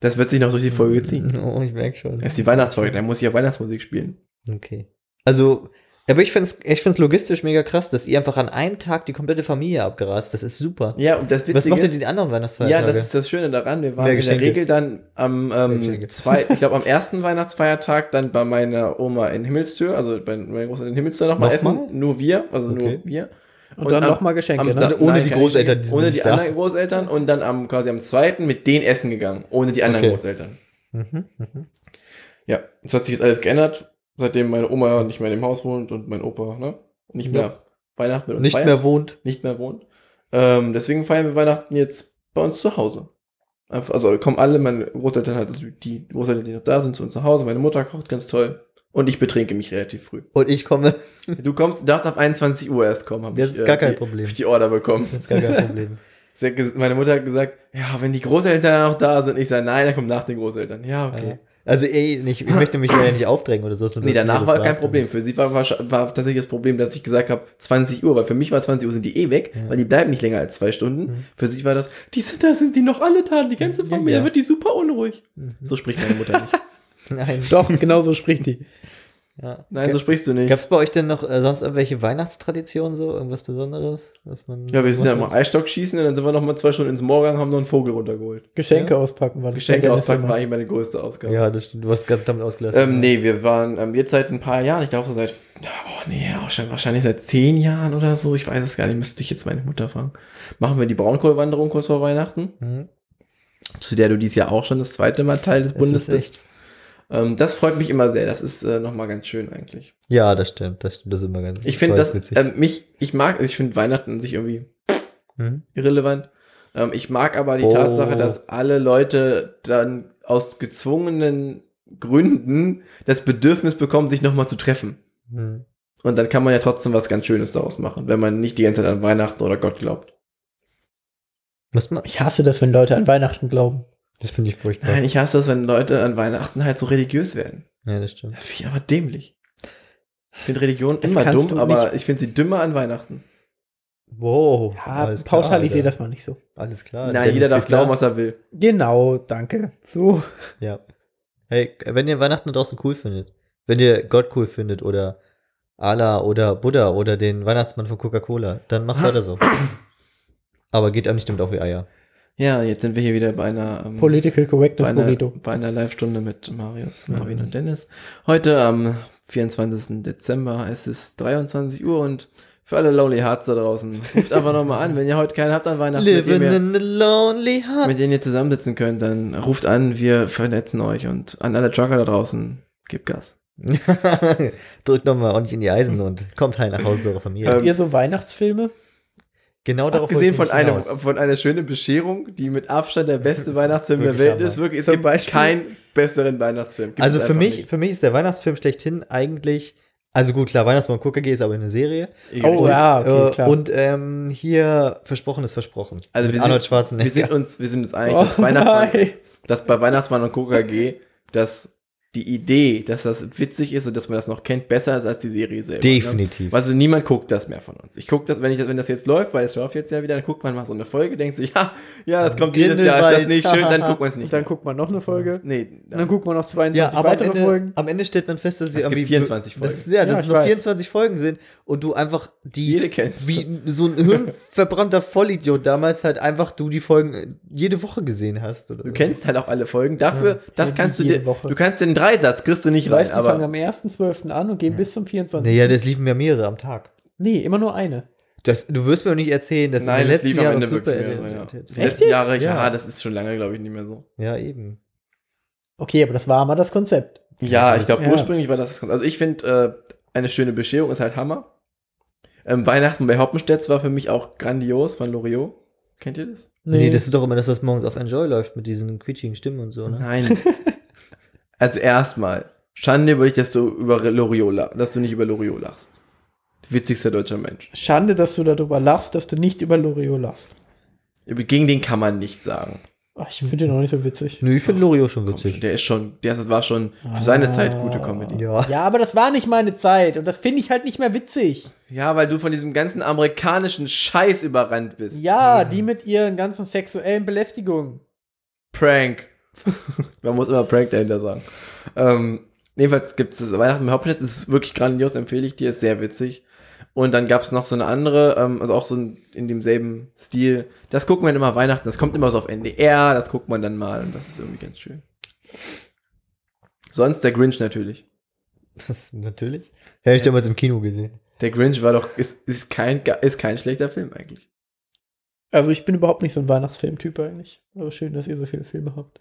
Das wird sich noch durch die Folge ziehen. Oh, ich merke schon. Das ist die Weihnachtsfolge, dann muss ich ja Weihnachtsmusik spielen. Okay. Also, aber ich finde es ich find's logistisch mega krass, dass ihr einfach an einem Tag die komplette Familie abgerast. Das ist super. Ja, und das Witzige Was macht ihr ist, die anderen Ja, Weihnachtsfeiertage? das ist das Schöne daran. Wir waren Mehr in der Geschenke. Regel dann am Mehr ähm, Geschenke. zweiten, ich glaube am ersten Weihnachtsfeiertag dann bei meiner Oma in Himmelstür, also bei meiner Großeltern in Himmelstür nochmal essen. Nochmal? Nur wir, also Okay. nur wir. Und, dann am- nochmal Geschenke. Sa- Ne? Ohne die keine Großeltern, Geschenke, die sind ohne nicht die da. anderen Großeltern und dann am quasi am zweiten mit denen essen gegangen, ohne die anderen Okay. Großeltern. Mhm, mhm. Ja, es hat sich jetzt alles geändert, seitdem meine Oma nicht mehr in dem Haus wohnt und mein Opa ne, nicht Ja. mehr Weihnachten mit uns Nicht feiert, mehr wohnt. nicht mehr wohnt. Ähm, deswegen feiern wir Weihnachten jetzt bei uns zu Hause. Einfach- Also kommen alle, meine Großeltern halt, also die Großeltern, die noch da sind, zu uns zu Hause. Meine Mutter kocht ganz toll. Und ich betrinke mich relativ früh. Und ich komme. Du kommst, du darfst ab 21 Uhr erst kommen. hab Das ich, äh, ist gar kein die, Problem. Hab ich die Order bekommen. Das ist gar kein Problem. Sie hat ges- meine Mutter hat gesagt, ja, wenn die Großeltern noch da sind, ich sage, nein, er kommt nach den Großeltern. Ja, okay. Ja. Also ey, nicht, ich möchte mich ja nicht aufdrängen oder so. Nee, danach war kein Problem. Für sie war, war, war tatsächlich das Problem, dass ich gesagt habe, 20 Uhr, weil für mich war 20 Uhr sind die eh weg, Ja. weil die bleiben nicht länger als zwei Stunden. Mhm. Für sie war das, die sind da, sind die noch alle da, die ganze Ja, Familie, ja. da wird die super unruhig. Mhm. So spricht meine Mutter nicht. Nein. Doch, genau so spricht die. Ja. Nein, so sprichst du nicht. Gab es bei euch denn noch äh, sonst irgendwelche Weihnachtstraditionen so? Irgendwas Besonderes? Was man ja, wir sind dann macht? mal Eisstock schießen und dann sind wir noch mal zwei Stunden ins Morgen, haben noch einen Vogel runtergeholt. Geschenke Ja. auspacken war das. Geschenke Ja, das auspacken immer. war eigentlich meine größte Ausgabe. Ja, das stimmt. Du hast ganz damit ausgelassen. Ähm, nee, wir waren ähm, jetzt seit ein paar Jahren, ich glaube so seit, oh nee, auch schon, wahrscheinlich seit zehn Jahren oder so, ich weiß es gar nicht, müsste ich jetzt meine Mutter fragen. Machen wir die Braunkohlwanderung kurz vor Weihnachten, Hm? zu der du dieses Jahr auch schon das zweite Mal Teil des Es ist Bundes echt- bist. Ähm, das freut mich immer sehr, das ist äh, nochmal ganz schön eigentlich. Ja, das stimmt. Das stimmt. Das ist immer ganz Ich finde voll das, witzig. ähm, mich, ich mag, ich finde Weihnachten an sich irgendwie Hm? irrelevant. Ähm, ich mag aber die Oh. Tatsache, dass alle Leute dann aus gezwungenen Gründen das Bedürfnis bekommen, sich nochmal zu treffen. Hm. Und dann kann man ja trotzdem was ganz Schönes daraus machen, wenn man nicht die ganze Zeit an Weihnachten oder Gott glaubt. Muss man. Ich hasse das, wenn Leute an Weihnachten glauben. Das finde ich furchtbar. Nein, ich hasse das, wenn Leute an Weihnachten halt so religiös werden. Ja, das stimmt. Das finde ich aber dämlich. Ich finde Religion Das immer kannst dumm, du aber ich finde sie dümmer an Weiten. Wow. Ja, alles klar, pauschalisiere Alter. das mal nicht so. Alles klar. Nein, jeder Dennis darf Wittler. glauben, was er will. Genau, danke. So. Ja. Hey, wenn ihr Weihnachten da draußen cool findet, wenn ihr Gott cool findet oder Allah oder Buddha oder den Weihnachtsmann von Coca-Cola, dann macht weiter so. Aber geht einem nicht damit auf die Eier. Ja, jetzt sind wir hier wieder bei einer, ähm, Political bei Correctness einer, Burrito. bei einer Live-Stunde mit Marius, Marvin und Dennis. Heute am 24. Dezember, es ist 23 Uhr und für alle Lonely Hearts da draußen, ruft einfach nochmal an, wenn ihr heute keinen habt an Weihnachten. mit dem Living ihr- in a lonely heart. mit denen ihr zusammensitzen könnt, dann ruft an, wir vernetzen euch und an alle Trucker da draußen, gebt Gas. Drückt nochmal ordentlich in die Eisen und kommt heil nach Hause zu eurer Familie. ähm, Habt ihr so Weihnachtsfilme? genau darauf Abgesehen von wollte ich einer, hinaus. von einer schönen Bescherung, die mit Abstand der beste Weihnachtsfilm der Wirklich Welt ist, Hammer. wirklich, es Zum gibt Beispiel- keinen besseren Weihnachtsfilm. Gibt also es für einfach mich, nicht. für mich ist der Weihnachtsfilm schlechthin eigentlich, also gut, klar, Weihnachtsmann Coca G ist aber eine Serie. Oh ja, okay, Äh, klar. Und ähm, hier Versprochen ist Versprochen. Also Mit wir sind- Arnold Schwarzenegger. wir sind uns, wir sind uns einig, Oh dass, Weihnachtsmann, nein. dass bei Weihnachtsmann und KKG, dass die Idee, dass das witzig ist und dass man das noch kennt, besser ist als die Serie selber. Definitiv. Also niemand guckt das mehr von uns. Ich gucke das, wenn ich das, wenn das jetzt läuft, weil es läuft jetzt ja wieder, dann guckt man mal so eine Folge, denkt sich, ja, ja, das kommt jedes Jahr, ist das Grindelwald, nicht schön, dann guckt man es nicht. Und dann mehr. Mhm. guckt man noch eine Folge. nee, Und dann guckt man noch 22 Ja, aber am weitere Ende, Folgen. am Ende stellt man fest, dass sie Es gibt irgendwie 24 Folgen. Dass, ja, Ja, dass es ich nur weiß. 24 Folgen sind und du einfach die Jede kennst. wie so ein hirnverbrannter Vollidiot damals halt einfach du die Folgen äh, jede Woche gesehen hast. Oder du so. kennst halt auch alle Folgen. Dafür, das ja, kannst du jede dir, Woche. du kannst den Dreisatz, kriegst du nicht Die rein, meisten fangen aber am 1.12. an und gehen bis zum 24. Naja, das liefen ja mehrere am Tag. Nee, immer nur eine. Das, du wirst mir doch nicht erzählen, dass nein, in den das letzten lief am Jahren Ende noch super wirklich mehrere, ja. Die Echt? letzten Jahre, ja, Ja. das ist schon lange, glaube ich, nicht mehr so. Ja, eben. Okay, aber das war mal das Konzept. Ja, Ja, ich glaube, ja. ursprünglich war das. Also ich finde, äh, eine schöne Bescherung ist halt Hammer. Ähm, Weihnachten bei Hoppenstedt war für mich auch grandios von Loriot. Kennt ihr das? Nee. das ist doch immer das, was morgens auf Enjoy läuft mit diesen quietschigen Stimmen und so, ne? Nein. also erstmal, Schande über dich, dass du über Loriot lach- dass du nicht über Loriot lachst. Witzigster deutscher Mensch. Schande, dass du darüber lachst, dass du nicht über Loriot lachst. Über- Gegen den kann man nichts sagen. Ach, ich finde den auch nicht so witzig. Nö, ich finde Lorio schon Komm schon, witzig. der ist schon, der das war schon für seine Ah. Zeit gute Comedy. Ja. Ja, aber das war nicht meine Zeit und das finde ich halt nicht mehr witzig. Ja, weil du von diesem ganzen amerikanischen Scheiß überrannt bist. Ja, die mit ihren ganzen sexuellen Belästigungen. Prank. Man muss immer Prank dahinter sagen. Ähm, jedenfalls gibt es Weihnachten im Hauptstadt, das ist wirklich grandios, empfehle ich dir, ist sehr witzig. Und dann gab es noch so eine andere, ähm, also auch so ein, in demselben Stil. Das gucken wir dann immer Weihnachten, das kommt immer so auf NDR, das guckt man dann mal und das ist irgendwie ganz schön. Sonst der Grinch natürlich. Das, natürlich. Hätte ich damals im Kino gesehen. Der Grinch war doch, ist, ist, kein, ge- ist kein schlechter Film eigentlich. Also ich bin überhaupt nicht so ein Weihnachtsfilmtyp eigentlich. Aber schön, dass ihr so viele Filme habt.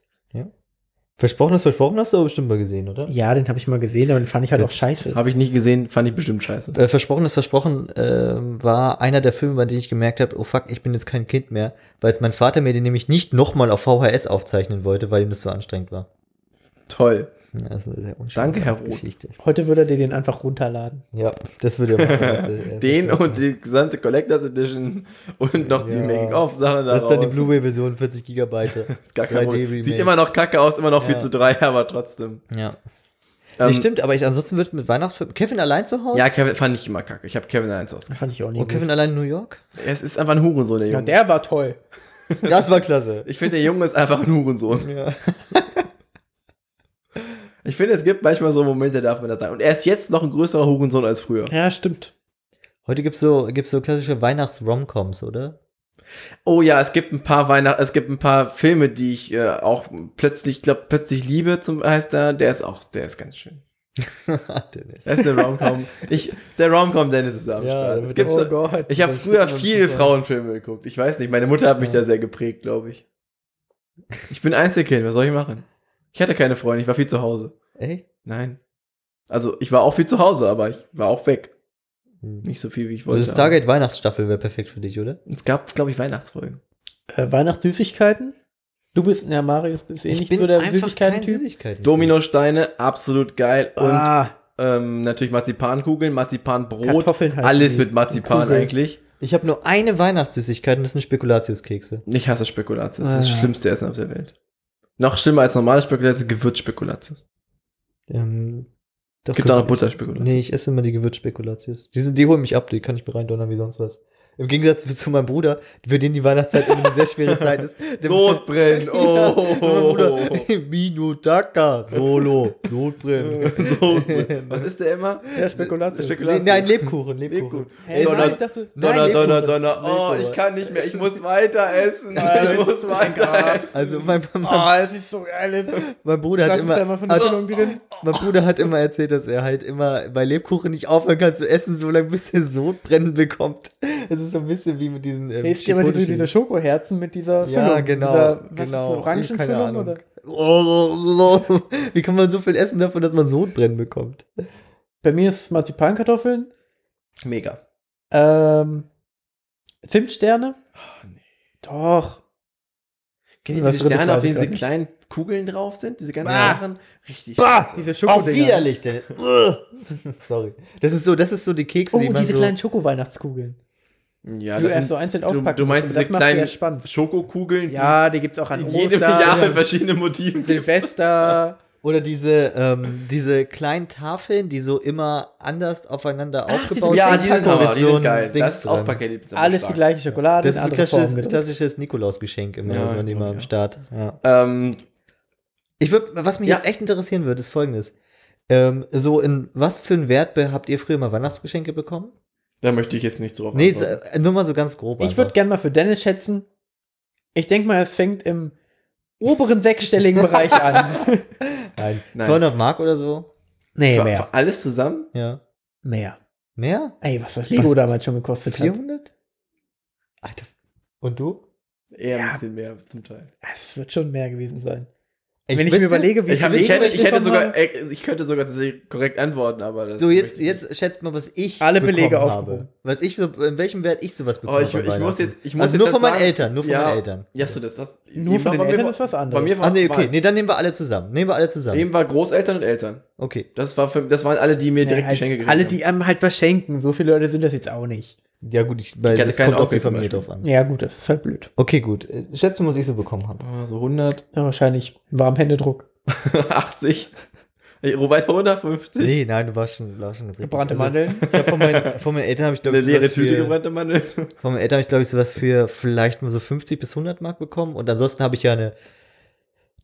Versprochenes Versprochen hast du aber bestimmt mal gesehen, oder? Ja, den habe ich mal gesehen, aber den fand ich halt auch scheiße. Habe ich nicht gesehen, fand ich bestimmt scheiße. Äh, Versprochenes Versprochen ähm, war einer der Filme, bei denen ich gemerkt habe, oh fuck, ich bin jetzt kein Kind mehr, weil es mein Vater mir den nämlich nicht nochmal auf VHS aufzeichnen wollte, weil ihm das so anstrengend war. Toll. Ja, das ist eine sehr Danke, Herr Roth. Geschichte. Heute würde er dir den einfach runterladen. Ja, das würde er machen. Den und die gesamte Collectors Edition und noch die Ja. Making-of-Sachen Das daraus. ist dann die Blu-ray-Version, 40 Gigabyte. Ist Gar kein 3D Problem. Sieht Remake. immer noch kacke aus, immer noch 4 Ja. zu 3, aber trotzdem. Ja. Ähm, nee, stimmt, aber ich, ansonsten wird mit Weihnachtsfilm. Kevin allein zu Hause? Ja, Kevin fand ich immer kacke. Ich habe Kevin 1 ausgesucht. Fand ich auch nicht. Und Kevin gut. allein in New York? Es ist einfach ein Hurensohn, der Ja, Junge. der war toll. Das war klasse. ich finde, der Junge ist einfach ein Hurensohn. ja. Ich finde, es gibt manchmal so Momente, da darf man das sagen. Und er ist jetzt noch ein größerer Hurensohn als früher. Ja, stimmt. Heute gibt's so, gibt's so klassische Weihnachts-Romcoms, oder? Oh ja, es gibt ein paar Weihnacht, es gibt ein paar Filme, die ich äh, auch plötzlich, glaub, plötzlich liebe, zum heißt er. Der ist auch, der ist ganz schön. Dennis. Das ist eine Romcom. ich, der Romcom Dennis ist da am Ja, oh Start. mit Es gibt dem- so, Gott. ich habe Das früher stimmt. viel Frauenfilme geguckt. Ich weiß nicht, meine Mutter hat mich Ja. da sehr geprägt, glaube ich. Ich bin Einzelkind, was soll ich machen? Ich hatte keine Freunde, ich war viel zu Hause. Echt? Nein. Also, ich war auch viel zu Hause, aber ich war auch weg. Hm. Nicht so viel, wie ich So eine wollte. aber- Stargate-Weihnachtsstaffel wäre perfekt für dich, oder? es gab, glaube ich, Weihnachtsfolgen. Äh, Weihnachtssüßigkeiten? Du bist, ja, Marius ist eh nicht so der Süßigkeiten-Typ. Süßigkeiten. Dominosteine, absolut geil. Und Ah, ähm, natürlich Marzipankugeln, Marzipanbrot. Kartoffeln halt. Alles mit Marzipan Kugeln. eigentlich. Ich habe nur eine Weihnachtssüßigkeit und das sind Spekulatiuskekse. Ich hasse Spekulatius. Das ist Ah. das schlimmste Essen auf der Welt. Noch schlimmer als normale Spekulatius, Gewürzspekulatius. Ähm, doch, Gibt auch noch Butterspekulatius. Nee, ich esse immer die Gewürzspekulatius. Die, sind, die holen mich ab, die kann ich mir reindonnern wie sonst was. Im Gegensatz zu- zu meinem Bruder, für den die Weihnachtszeit immer eine sehr schwere Zeit ist. Der- Sodbrennen, oh. Ja, mein Bruder, Minutaka, Solo, Sodbrennen. Sodbrennen. Was ist der immer? Ja, Spekulatius. Spekulatius. Nee, nein, Lebkuchen, Lebkuchen. Lebkuchen. Hey, Donner- nein, ich dachte, Donner, Nein, Donner, Lebkuchen. Donner. Oh, Lebkuchen. ich kann nicht mehr. Ich muss weiter essen. Ich muss weiter essen. Also mein, mein, das ist so geil. mein Bruder hat Lass uns immer, äh, da mal von Ah. der hat, Stellung drin. mein Bruder hat immer erzählt, dass er halt immer bei Lebkuchen nicht aufhören kann zu essen, solange bis er Sodbrennen bekommt. Es ist so ein bisschen wie mit diesen ähm, Hey, ist immer diese, Chipotle- diese Schokoherzen mit dieser Ja, Füllung, genau, Dieser, was genau. Ist das, Orangenfüllung Keine Ahnung. oder? Oh, oh, oh, oh. Wie kann man so viel essen davon, dass man Sodbrennen bekommt? Bei mir ist es Marzipankartoffeln, Mega. ähm, Zimtsterne. Oh, nee. Doch. Kennt ihr Was diese dritte Sterne, auf Frage denen diese grad? kleinen Kugeln drauf sind? Diese ganzen Bah. Sachen? Richtig. scheiße. Diese Auch Schokodinger. widerlich, denn. Sorry. Das ist so, das ist so die Kekse, Oh, die man diese so, kleinen Schokoweihnachtskugeln. Ja, das die du erst sind so einzeln du- aufpacken du meinst musst, aber diese das macht die kleinen- ja spannend. Schokokugeln, Ja, die gibt's auch die an in jedem Ostern, Jahr mit verschiedenen Motiven. Silvester. oder diese, ähm, diese kleinen Tafeln, die so immer anders aufeinander Ach, die aufgebaut sind- Ja, Aus die dem sind Packung aber, mit die so sind einem geil. Dings Das ist auch dran. Paket. Alles die gleiche Schokolade Das in ist ein andere Form klassisches, gedrückt. klassisches Nikolausgeschenk immer, Ja, genau. so an dem ja. am Start. Ja. Ähm, Ich würd, was mich Ja. jetzt echt interessieren würde, ist folgendes. Ähm, so, in was für einen Wert be- habt ihr früher mal Weihnachtsgeschenke bekommen? da möchte ich jetzt nicht drauf Nee, äh, antworten. sa- nur mal so ganz grob. Ich würde einfach. gerne mal für Dennis schätzen. Ich denke mal, es fängt im oberen sechsstelligen Bereich an. Nein. Nein. 200 Mark oder so? Nee, Für- mehr. für Alles zusammen? Ja. Mehr. Mehr? Ey, was das Lego Was? damals schon gekostet hat. 400? Alter. Und du? Eher Ja. ein bisschen mehr zum Teil. Es wird schon mehr gewesen sein. Ich Wenn ich wüsste- mir überlege, wie Ich, hab, viel ich, hätte, Lego ich, hätte bekommen sogar, habe, äh, ich könnte sogar tatsächlich korrekt antworten, aber das So, jetzt, möchte ich nicht. jetzt schätzt mal, was ich Alle Belege bekommen aufgehoben. habe. Was ich, so- in welchem Wert ich sowas Oh, bekomme. ich, ich muss jetzt. Ich muss also jetzt nur das von meinen sagen. Eltern, nur von Ja. meinen Eltern. Ja, so das. das Nur eben von war den bei mir Eltern war- ist was anderes. Bei mir war, Ah, nee, okay. war, Nee, dann nehmen wir alle zusammen. Nehmen wir alle zusammen. eben war Großeltern und Eltern. Okay. Das war für, das waren alle, die mir Nee, direkt halt, Geschenke geschenkt alle, haben. die einem halt was schenken. So viele Leute sind das jetzt auch nicht. Ja, gut, ich, weil Ich hatte das keinen kommt auf die Onkel zum Familie Beispiel. drauf an. Ja, gut, das ist halt blöd. Okay, gut. Äh, Schätzt mal, was ich so bekommen habe. Ah, so 100, Ja, wahrscheinlich warm Händedruck. 80. Ey, Robert 150. Nee, nein, du warst schon, warst schon richtig. Gebrannte Also, Mandeln. ich hab von, meinen, von meinen Eltern habe ich, glaube Eine ich, leere sowas Tüte für- gebrannte Mandeln. Von meinen Eltern habe ich, glaube ich, sowas für vielleicht nur so 50 bis 100 Mark bekommen. Und ansonsten habe ich ja eine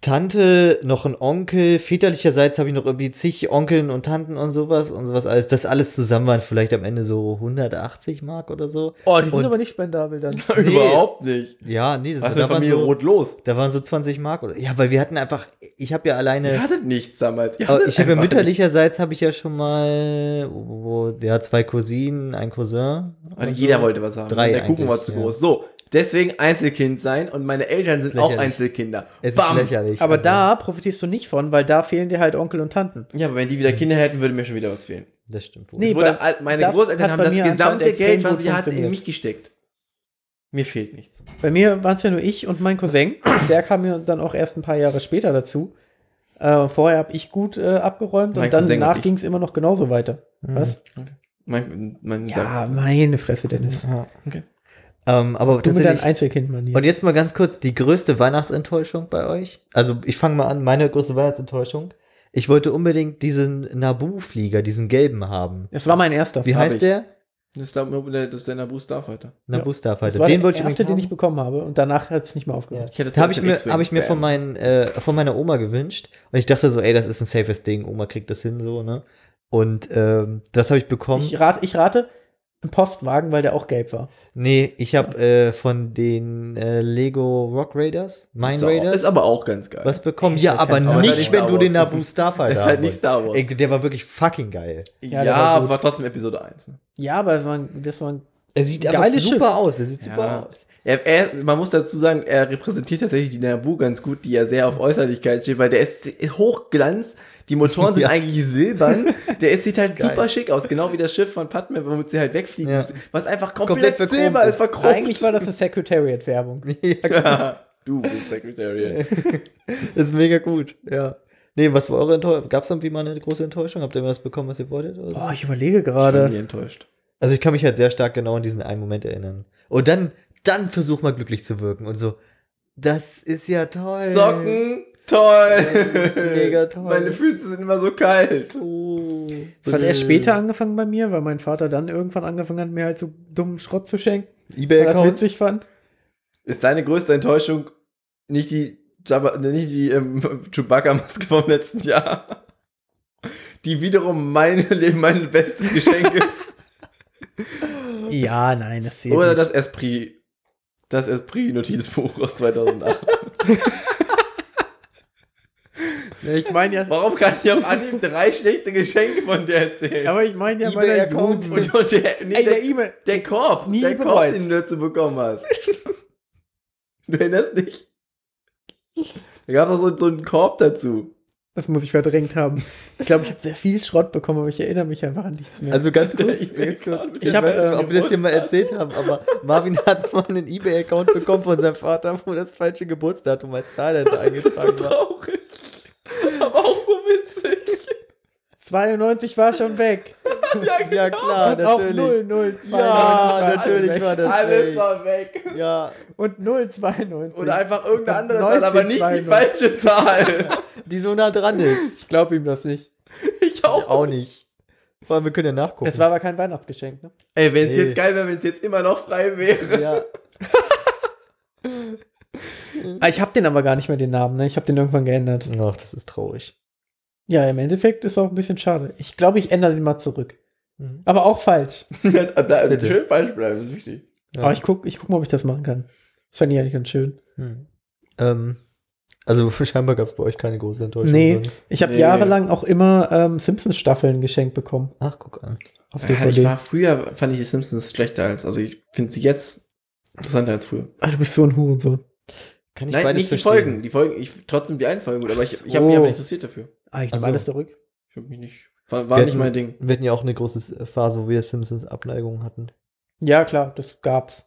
Tante, noch einen Onkel. Väterlicherseits habe ich noch irgendwie zig Onkeln und Tanten und sowas und sowas alles. Das alles zusammen waren vielleicht am Ende so 180 Mark oder so. Oh, die sind Und- aber nicht spendabel dann. Nee. Überhaupt nicht. Ja, nee, das Was da mit Familie waren so, rot los? Da waren so 20 Mark oder. Ja, weil wir hatten einfach. Ich habe ja alleine. Ihr hattet nichts damals. Ihr Aber hattet ich habe ja einfach mütterlicherseits habe ich ja schon mal wo, wo, ja, zwei Cousinen, ein Cousin. nichts. Also und jeder so. wollte was haben. Drei Der Kuchen war eigentlich, zu ja. groß. So, deswegen Einzelkind sein und meine Eltern sind Ist auch lächerlich. Einzelkinder. Es ist Bam! lächerlich. lächerlich. Aber Also, da profitierst du nicht von, weil da fehlen dir halt Onkel und Tanten. Ja, aber wenn die wieder Kinder hätten, würde mir schon wieder was fehlen. Das stimmt wohl. Nee, Es wurde, bei- all- meine das Großeltern hat haben bei das mir anscheinend gesamte extrem Geld, was gut sie hatten, in funktioniert. mich gesteckt. Mir fehlt nichts. Bei mir waren es ja nur ich und mein Cousin. Der kam mir dann auch erst ein paar Jahre später dazu. Äh, vorher habe ich gut äh, abgeräumt Mein und dann Cousin und danach ich. ging es immer noch genauso weiter. Mhm. Was? Mein, mein Ja, meine Fresse, Dennis. Ja. Okay. Ähm, aber Du mit deinen tatsächlich, Einzelkindmanieren. und jetzt mal ganz kurz, die größte Weihnachtsenttäuschung bei euch? Also ich fange mal an, meine größte Weihnachtsenttäuschung. Ich wollte unbedingt diesen Nabu-Flieger, diesen gelben haben. Das war mein erster. Wie hab heißt ich. der? Das ist, der, das ist der Nabu Starfighter. Nabu das Starfighter. war Den der wollte ich erste, den unbedingt ich bekommen habe. Und danach hat es nicht mehr aufgehört. Ja. Ich hätte Da habe ich zuerst mir, den hab ich mir X-Wing. von, Bam. meinen, äh, von meiner Oma gewünscht. Und ich dachte so, ey, das ist ein safes Ding. Oma kriegt das hin, so, ne? Und ähm, das habe ich bekommen. Ich, rate, ich rate, ein Postwagen, weil der auch gelb war. nee, ich habe äh, von den äh, Lego Rock Raiders, Mine Ist auch- Raiders, Ist aber auch ganz geil. was bekommen. Ja, das aber kann's auch nicht. nicht, wenn Star du den Wars. Nabu Starfighter Das ist halt haben nicht Star Wars. wolltest. Ey, der war wirklich fucking geil. Ja, ja, der war war, gut. trotzdem Episode 1. Ne? Ja, aber das war, ein- das war ein Er sieht Geiles aber super Schiff. aus. Der sieht super Ja. aus. Er, er, man muss dazu sagen, er repräsentiert tatsächlich die Nabu ganz gut, die ja sehr auf Äußerlichkeit steht, weil der ist hochglanz, die Motoren sind Ja. eigentlich silbern, der ist, sieht halt Geil. super schick aus, genau wie das Schiff von Padme, womit sie halt wegfliegen, Ja. ist, was einfach Komplett komplett, verchromt silber ist. ist, verchromt. Eigentlich war das eine Secretariat-Werbung. du bist Secretariat. Das ist mega gut, ja. Nee, was war eure Enttäuschung? Gab es irgendwie mal eine große Enttäuschung? Habt ihr immer das bekommen, was ihr wolltet? Oder? Boah, ich überlege Ich bin gerade. nie enttäuscht. Also ich kann mich halt sehr stark genau an diesen einen Moment erinnern. Und dann, dann versuch mal glücklich zu wirken und so, das ist ja toll. Socken, toll. Mega toll. Meine Füße sind immer so kalt. Oh. Das hat erst später angefangen bei mir, weil mein Vater dann irgendwann angefangen hat, mir halt so dummen Schrott zu schenken, weil er das Ebay-Accounts. witzig fand. Ist deine größte Enttäuschung nicht die, Jabba, ne, nicht die ähm, Chewbacca-Maske vom letzten Jahr? Die wiederum meine, mein bestes Geschenk ist. Ja, nein, das fehlt. Oder nicht. das Esprit. Das Esprit-Notizbuch aus 2008. ich meine ja, Warum kann ich am Anhieb drei schlechte Geschenke von dir erzählen? aber ich meine ja, weil eBay er Accounts. Juden- und, und der, nee, Ey, der der, E-Mail. der Korb, Nie der bereut. Korb, den du dazu bekommen hast. du erinnerst dich? Da gab es auch so, so einen Korb dazu. Das muss ich verdrängt haben. Ich glaube, ich habe sehr viel Schrott bekommen, aber ich erinnere mich einfach an nichts mehr. Also ganz kurz, Ich bin ganz kurz. gerade mit Ich dem weiß nicht, besten Ähm, ob wir das hier mal erzählt haben, aber Marvin hat mal einen Ebay-Account bekommen von seinem Vater, wo das falsche Geburtsdatum als Zahl hinter eingetragen war. traurig. Aber auch so witzig. 92 war schon weg. Ja genau. klar, und auch natürlich. 0, 0, 92 Ja, natürlich schon weg. war das. Alles ey. war weg. Ja, Und 0, 92. Oder einfach irgendeine andere Zahl, 19, aber nicht die 92. falsche Zahl. die so nah dran ist. ich glaube ihm das nicht. Ich auch. Auch nicht. Vor allem, wir können ja nachgucken. Es war aber kein Weihnachtsgeschenk, ne? Ey, wenn es Nee. jetzt geil wäre, wenn es jetzt immer noch frei wäre. ja. Ah, ich habe den aber gar nicht mehr den Namen, ne? Ich habe den irgendwann geändert. Ach, das ist traurig. Ja, im Endeffekt ist auch ein bisschen schade. Ich glaube, ich ändere den mal zurück. Aber auch falsch. Da- da- Bitte. Schön falsch bleiben, das ist wichtig. Ja. Aber ich guck, ich guck mal, ob ich das machen kann. Das fände ich eigentlich ganz schön. Hm. Ähm, also scheinbar gab es bei euch keine große Enttäuschung. Nee, sonst. ich habe Nee. jahrelang auch immer ähm, Simpsons-Staffeln geschenkt bekommen. Ach, guck an. Auf Ja, Äh, ich DVD. war früher, fand ich die Simpsons schlechter als, also ich finde sie jetzt interessanter als früher. ah, du bist so ein Hurensohn. Kann ich Nein, beides nicht die verstehen. Oh. Folgen, die Folgen, ich trotzdem die einen Folgen gut, aber ich, ich habe mich so. einfach nicht interessiert dafür. Ah, ich Ach nehme so. alles zurück. Ich hab mich nicht, war, Wir war nicht hatten- mein Ding. Wir hatten ja auch eine große Phase, wo wir Simpsons Abneigungen hatten. Ja, klar, das gab's.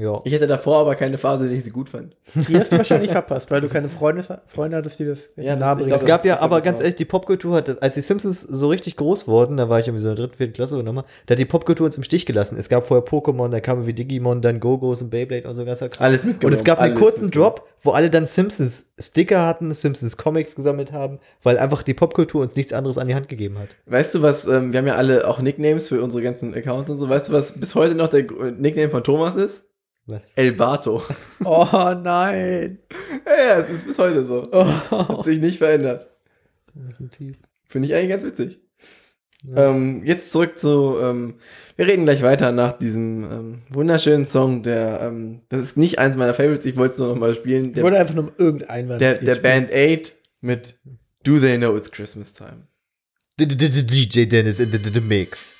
Ja. Ich hatte davor aber keine Phase, in der ich sie gut fand. Die hast du wahrscheinlich verpasst, weil du keine Freunde, Freunde hattest, die das Ja, das- nahe ich bringen. glaub, es gab ja, glaub, aber das ganz war- ehrlich, die Popkultur hatte, als die Simpsons so richtig groß wurden, da war ich irgendwie so in der dritten, vierten Klasse oder nochmal, da hat die Popkultur uns im Stich gelassen. Es gab vorher Pokémon, da kamen wie Digimon, dann Go-Go's und Beyblade und so ein ganzer Kram. Alles mitgenommen. Und es gab einen alles kurzen mitgenommen. Drop, wo alle dann Simpsons Sticker hatten, Simpsons Comics gesammelt haben, weil einfach die Popkultur uns nichts anderes an die Hand gegeben hat. Weißt du was, ähm, wir haben ja alle auch Nicknames für unsere ganzen Accounts und so. Weißt du, was bis heute noch der Gr- Nickname von Thomas ist? Was? El Bato. Oh nein. ja, ja, es ist bis heute so. Oh. Hat sich nicht verändert. Finde ich eigentlich ganz witzig. Ja. Ähm, jetzt zurück zu, ähm, wir reden gleich weiter nach diesem ähm, wunderschönen Song, der, ähm, das ist nicht eins meiner Favorites, ich wollte es nur nochmal spielen. Ich Der, wollte einfach nur um irgendein der, Weihnachtslied der spielen. Band 8 mit Do They Know It's Christmas Time. D- d- d- DJ Dennis in the- the the Mix.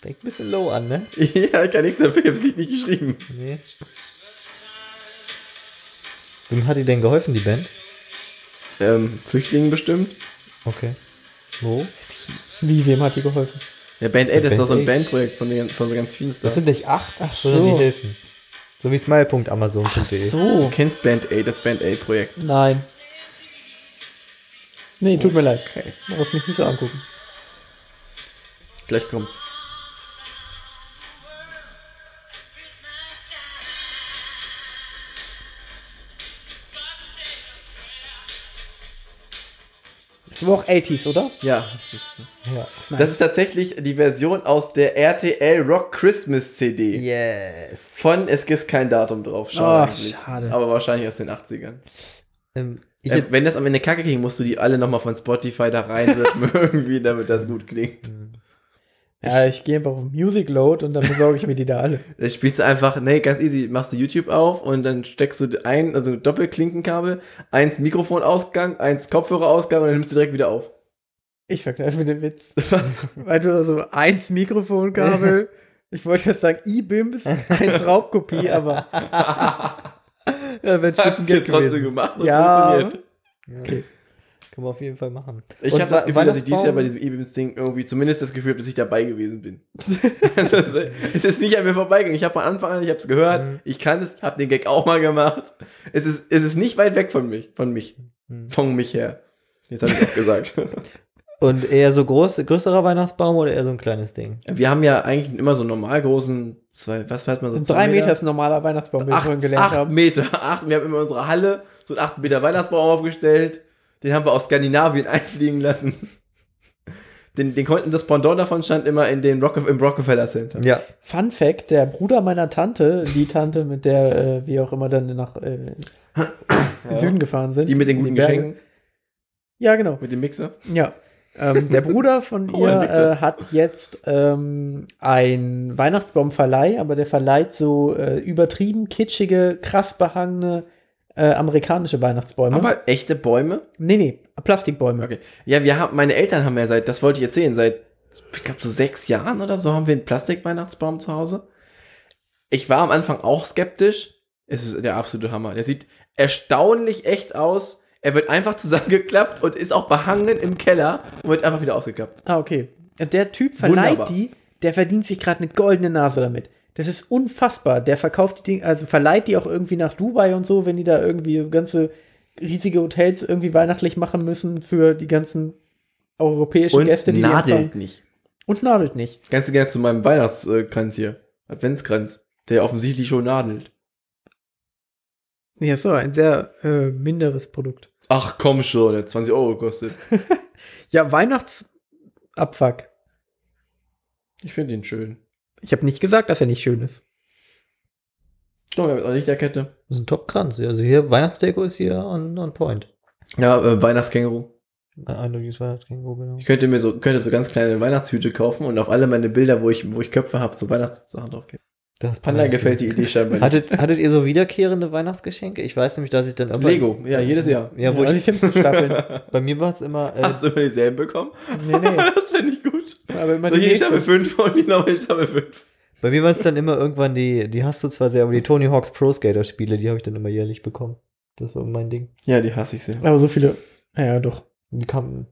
Fängt ein bisschen low an, ne? ja, ich kann nichts dafür, ich hab's Lied nicht geschrieben. Nee. Wem hat die denn geholfen, die Band? Ähm, Flüchtlingen bestimmt. Okay. Wo? Wie, wem hat die geholfen? Ja, Band Aid Also Band ist doch so ein Aid? Bandprojekt von, den, von so ganz vielen Das Stars. sind nicht acht, Ach sondern so. die helfen. So wie smile.amazon.de. Du So. kennst Band Aid, das Band Aid Projekt. Nein. Nee, tut mir leid. Du musst mich nicht so angucken. Gleich kommt's. Das war auch 80s, oder? Ja, das ist, Ja. das ist tatsächlich die Version aus der RTL Rock Christmas CD. Yes. Von, es gibt kein Datum drauf. Ah, Schade. eigentlich. schade. Aber wahrscheinlich aus den 80ern. Ähm, ich Äh, wenn das am Ende kacke klingt, musst du die alle nochmal von Spotify da reinsetzen, irgendwie, damit das gut klingt. Ja, ich gehe einfach auf Music Load und dann besorge ich mir die da alle. Dann spielst du einfach, nee, ganz easy, machst du YouTube auf und dann steckst du ein, also ein Doppelklinkenkabel, eins Mikrofonausgang, eins Kopfhörerausgang und dann nimmst du direkt wieder auf. Ich verkneife mir den Witz. Weil du so eins Mikrofonkabel. Ich wollte jetzt sagen, IBIMS, eins Raubkopie, aber ja, wenn Hast du jetzt trotzdem gemacht und Ja. funktioniert. Okay. Kann man auf jeden Fall machen. Ich Und habe das Wa- Gefühl, dass ich dieses Weihnachtsbaum? Jahr bei diesem E-Beams-Ding irgendwie zumindest das Gefühl habe, dass ich dabei gewesen bin. das ist, es ist nicht an mir vorbeigegangen. Ich habe von Anfang an, ich habe es gehört, Mhm. ich kann es, habe den Gag auch mal gemacht. Es ist, es ist nicht weit weg von mich, von mich, Mhm. von mich her. Jetzt habe ich auch gesagt. Und eher so groß, größerer Weihnachtsbaum oder eher so ein kleines Ding? Wir haben ja eigentlich immer so einen normal großen, zwei, was fährt man so? Und zwei drei Meter ist ein normaler Weihnachtsbaum, den wir vorhin Acht, gelernt acht haben. Meter, acht. Wir haben immer unsere Halle, so einen acht Meter Weihnachtsbaum aufgestellt. Den haben wir aus Skandinavien einfliegen lassen. Den, den konnten das Pendant davon stand immer in den Rock, im Rockefeller Center. Ja. Fun Fact: Der Bruder meiner Tante, die Tante, mit der äh, wir auch immer dann nach äh, in den Süden gefahren sind. Die mit den in guten Berge. Geschenken, Ja, genau. mit dem Mixer. Ja. Ähm, der Bruder von Oh, ein ihr Wichser. äh, hat jetzt ähm, einen Weihnachtsbaumverleih, aber der verleiht so äh, übertrieben kitschige, krass behangene äh, amerikanische Weihnachtsbäume. Aber echte Bäume. nee, nee, Plastikbäume. Okay. Ja, wir haben, meine Eltern haben ja seit, das wollte ich erzählen, seit, ich glaube, so sechs Jahren oder so haben wir einen Plastikweihnachtsbaum zu Hause. Ich war am Anfang auch skeptisch. Es ist der absolute Hammer. Der sieht erstaunlich echt aus. Er wird einfach zusammengeklappt und ist auch behangen im Keller und wird einfach wieder ausgeklappt. Ah, okay. Der Typ verleiht Wunderbar. die, der verdient sich gerade eine goldene Nase damit. Das ist unfassbar. Der verkauft die Dinge, also verleiht die auch irgendwie nach Dubai und so, wenn die da irgendwie so ganze riesige Hotels irgendwie weihnachtlich machen müssen für die ganzen europäischen Und Gäste, die die nadelt empfangen. nicht. Und nadelt nicht. Ganz gerne zu meinem Weihnachtskranz hier. Adventskranz. Der offensichtlich schon nadelt. Ja, so, ein sehr äh, minderes Produkt. Ach komm schon, der hat 20 Euro kostet. Ja, Weihnachtsabfuck. Ich finde ihn schön. Ich habe nicht gesagt, dass er nicht schön ist. Doch, er hat auch Lichterkette. Das ist ein Top-Kranz. Also hier, Weihnachtsdeko ist hier on, on point. Ja, äh, Weihnachtskänguru. Ein eindeutiges Weihnachtsdeko, genau. Ich könnte mir so, könnte so ganz kleine Weihnachtshüte kaufen und auf alle meine Bilder, wo ich, wo ich Köpfe habe, so Weihnachtssachen draufgeben. Das Panda gefällt die Idee scheinbar nicht. Hattet, hattet ihr so wiederkehrende Weihnachtsgeschenke? Ich weiß nämlich, dass ich dann irgendwann- Lego, ja, jedes Jahr. Ja, wo die ich, Simpsons-Staffeln. bei mir war es immer. Äh, Hast du immer dieselben bekommen? nee, nee. Das finde ich gut. Aber immer So, die hier nächste. Staffel 5 und die neue Staffel 5. Bei mir war es dann immer irgendwann die, die hast du zwar sehr, aber die Tony Hawks Pro Skater Spiele, die habe ich dann immer jährlich bekommen. Das war mein Ding. Ja, die hasse ich sehr. Aber so viele. Ja, doch. Die kamen.